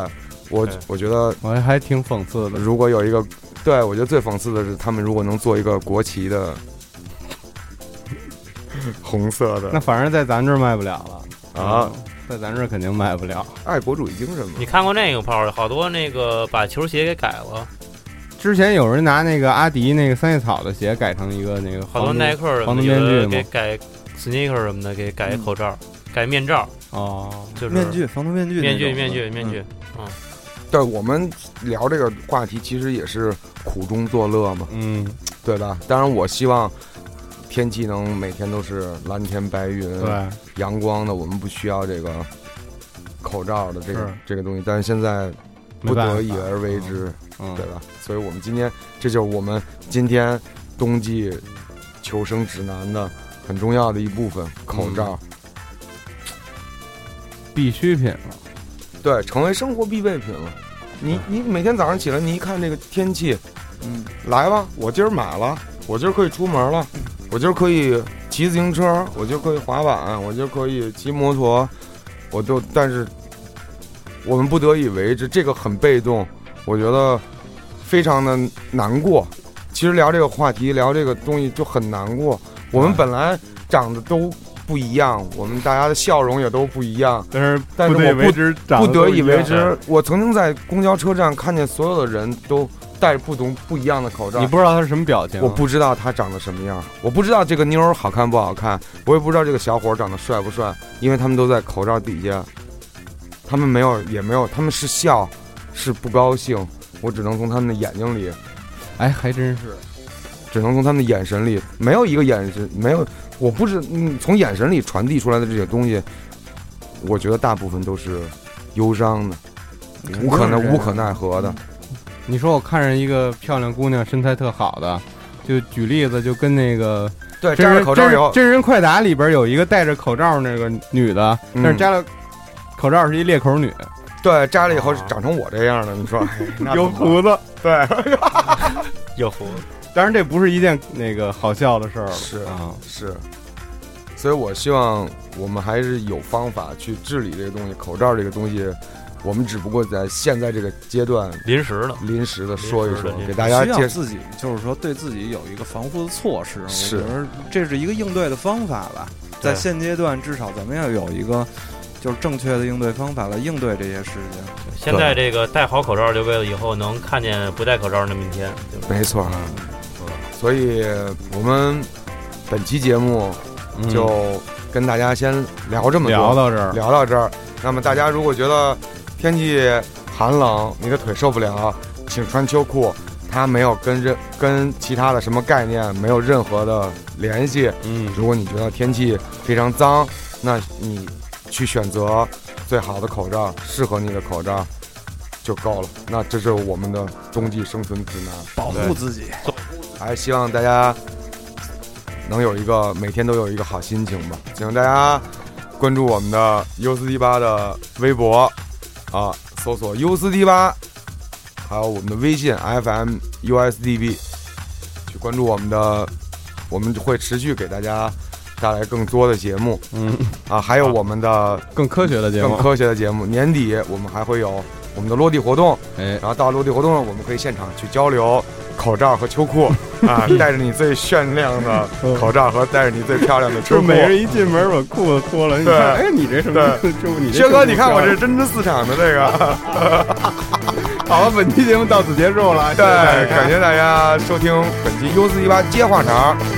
Speaker 2: 我
Speaker 4: 对
Speaker 2: 我觉得
Speaker 1: 嗯我还还挺讽刺的。
Speaker 2: 如果有一个，对我觉得最讽刺的是，他们如果能做一个国旗的红色
Speaker 1: 那
Speaker 2: 的
Speaker 1: 反正在咱这儿卖不了了，
Speaker 2: 啊，
Speaker 1: 在咱这儿肯定卖不了。
Speaker 2: 爱国主义精神嘛
Speaker 4: 你。看过那个炮？好多那个把球鞋给改了，
Speaker 1: 之前有人拿那个阿迪那个三叶草的鞋改成一个那个
Speaker 4: 好多
Speaker 1: 防毒
Speaker 4: 耐克什
Speaker 1: 防
Speaker 4: 么
Speaker 1: 毒
Speaker 4: 的，有
Speaker 1: 面具
Speaker 4: 的
Speaker 1: 吗
Speaker 4: 给改 sneaker 什么的，给改口罩、改面罩，
Speaker 1: 哦，
Speaker 4: 就是
Speaker 3: 面、具、防毒面具那嗯
Speaker 4: 面
Speaker 3: 种的、
Speaker 4: 具、面具、面具。
Speaker 2: 对，我们聊这个话题其实也是苦中作乐嘛。
Speaker 1: 嗯，
Speaker 2: 对吧？当然，我希望天气能每天都是蓝天白云、
Speaker 1: 对，
Speaker 2: 阳光的，我们不需要这个口罩的这个
Speaker 1: 是
Speaker 2: 这个东西。但是现在
Speaker 1: 没
Speaker 2: 不
Speaker 1: 办法
Speaker 2: 得已而为之，
Speaker 1: 嗯
Speaker 2: 对，吧？所以我们今天，这就是我们今天冬季求生指南的很重要的一部分——口罩。
Speaker 1: 必需品了。
Speaker 2: 对，成为生活必备品了。你你每天早上起来，你一看这个天气，
Speaker 3: 嗯，
Speaker 2: 来吧，我今儿买了，我今儿可以出门了，我今儿可以骑自行车，我今儿可以滑板，我今儿可以骑摩托，我就但是我们不得已为之，这个很被动，我觉得非常的难过。其实聊这个话题，聊这个东西就很难过。我们
Speaker 1: 对
Speaker 2: 本来长得都不一样，我们大家的笑容也都不一样，
Speaker 1: 但是
Speaker 2: 但是我不
Speaker 1: 之，
Speaker 2: 不得已为
Speaker 4: 样
Speaker 2: 之。我曾经在公交车站看见所有的人都戴着不同不一样的口罩，
Speaker 1: 你不啊知道他是什么表情。
Speaker 2: 我不知道她长得什么样，我不知道这个妞儿好看不好看，我也不知道这个小伙儿长得帅不帅，因为他们都在口罩底下，他们没有也没有，他们是笑，是不高兴，我只能从他们的眼睛里，
Speaker 1: 哎，还真是，
Speaker 2: 只能从他们的眼神里，没有一个眼神，没有，我不知，嗯，从眼神里传递出来的这些东西，我觉得大部分都是忧伤的，
Speaker 3: 肯定
Speaker 2: 无可奈
Speaker 3: 是这样
Speaker 2: 无可奈何的，
Speaker 1: 你说我看着一个漂亮姑娘，身材特好的，就举例子，就跟那个
Speaker 2: 对，
Speaker 1: 真
Speaker 2: 摘了
Speaker 1: 人
Speaker 2: 口罩以后
Speaker 1: 真，真人快打里边有一个戴着口罩那个女的，
Speaker 2: 嗯
Speaker 1: 但是摘了口罩是一裂口女，
Speaker 2: 对，摘了以后
Speaker 4: 啊
Speaker 2: 长成我这样的，你说，哎那
Speaker 1: 有
Speaker 2: 怎
Speaker 1: 胡
Speaker 2: 么办
Speaker 1: 子。
Speaker 2: 对。
Speaker 4: 有胡
Speaker 1: 当然这不是一件那个好笑的事儿了，
Speaker 2: 是
Speaker 1: 啊，
Speaker 2: 是，所以我希望我们还是有方法去治理这个东西。口罩这个东西，我们只不过在现在这个阶段
Speaker 4: 临时的，
Speaker 2: 临时的说一说
Speaker 4: 临时，的
Speaker 2: 给大家
Speaker 3: 需要
Speaker 2: 介绍。
Speaker 3: 自己就是说对自己有一个防护的措施，我
Speaker 2: 是
Speaker 3: 觉得这是一个应对的方法吧。在
Speaker 4: 对
Speaker 3: 现阶段，至少咱们要有一个就是正确的应对方法来应对这些事情。
Speaker 4: 现在这个戴好口罩，就为了以后能看见不戴口罩那么一天，对吧？
Speaker 2: 没错啊。所以我们本期节目
Speaker 1: 嗯
Speaker 2: 就跟大家先聊这么多，
Speaker 1: 聊到这儿，
Speaker 2: 聊到这儿。那么大家如果觉得天气寒冷，你的腿受不了，请穿秋裤。它没有跟任跟其他的什么概念没有任何的联系。
Speaker 1: 嗯，
Speaker 2: 如果你觉得天气非常脏，那你去选择最好的口罩，适合你的口罩就够了。那这是我们的冬季生存指南。
Speaker 3: 保护自己，
Speaker 2: 还是希望大家能有一个每天都有一个好心情吧。请大家关注我们的 U 四 D 八的微博啊，搜索 U 四 D 八，还有我们的微信 FM USDB，去关注我们的，我们会持续给大家带来更多的节目。
Speaker 1: 嗯，
Speaker 2: 啊，还有我们的
Speaker 1: 更科学的节
Speaker 2: 更
Speaker 1: 目，
Speaker 2: 科学的节目。年底我们还会有我们的落地活动。
Speaker 1: 哎，
Speaker 2: 然后到落地活动了，我们可以现场去交流口罩和秋裤啊，带着你最炫亮的口罩和带着你最漂亮的
Speaker 1: 就
Speaker 2: 秋
Speaker 1: 是
Speaker 2: 裤。
Speaker 1: 每人一进门把裤子脱了，你看，
Speaker 2: 对
Speaker 1: 哎，你这什么？就你这
Speaker 2: 薛哥，你看
Speaker 1: 什么
Speaker 2: 我这真知四场的这个，
Speaker 1: 好了，本期节目到此结束了，
Speaker 2: 对，感谢大家收听本期 U 四一八接话茬儿，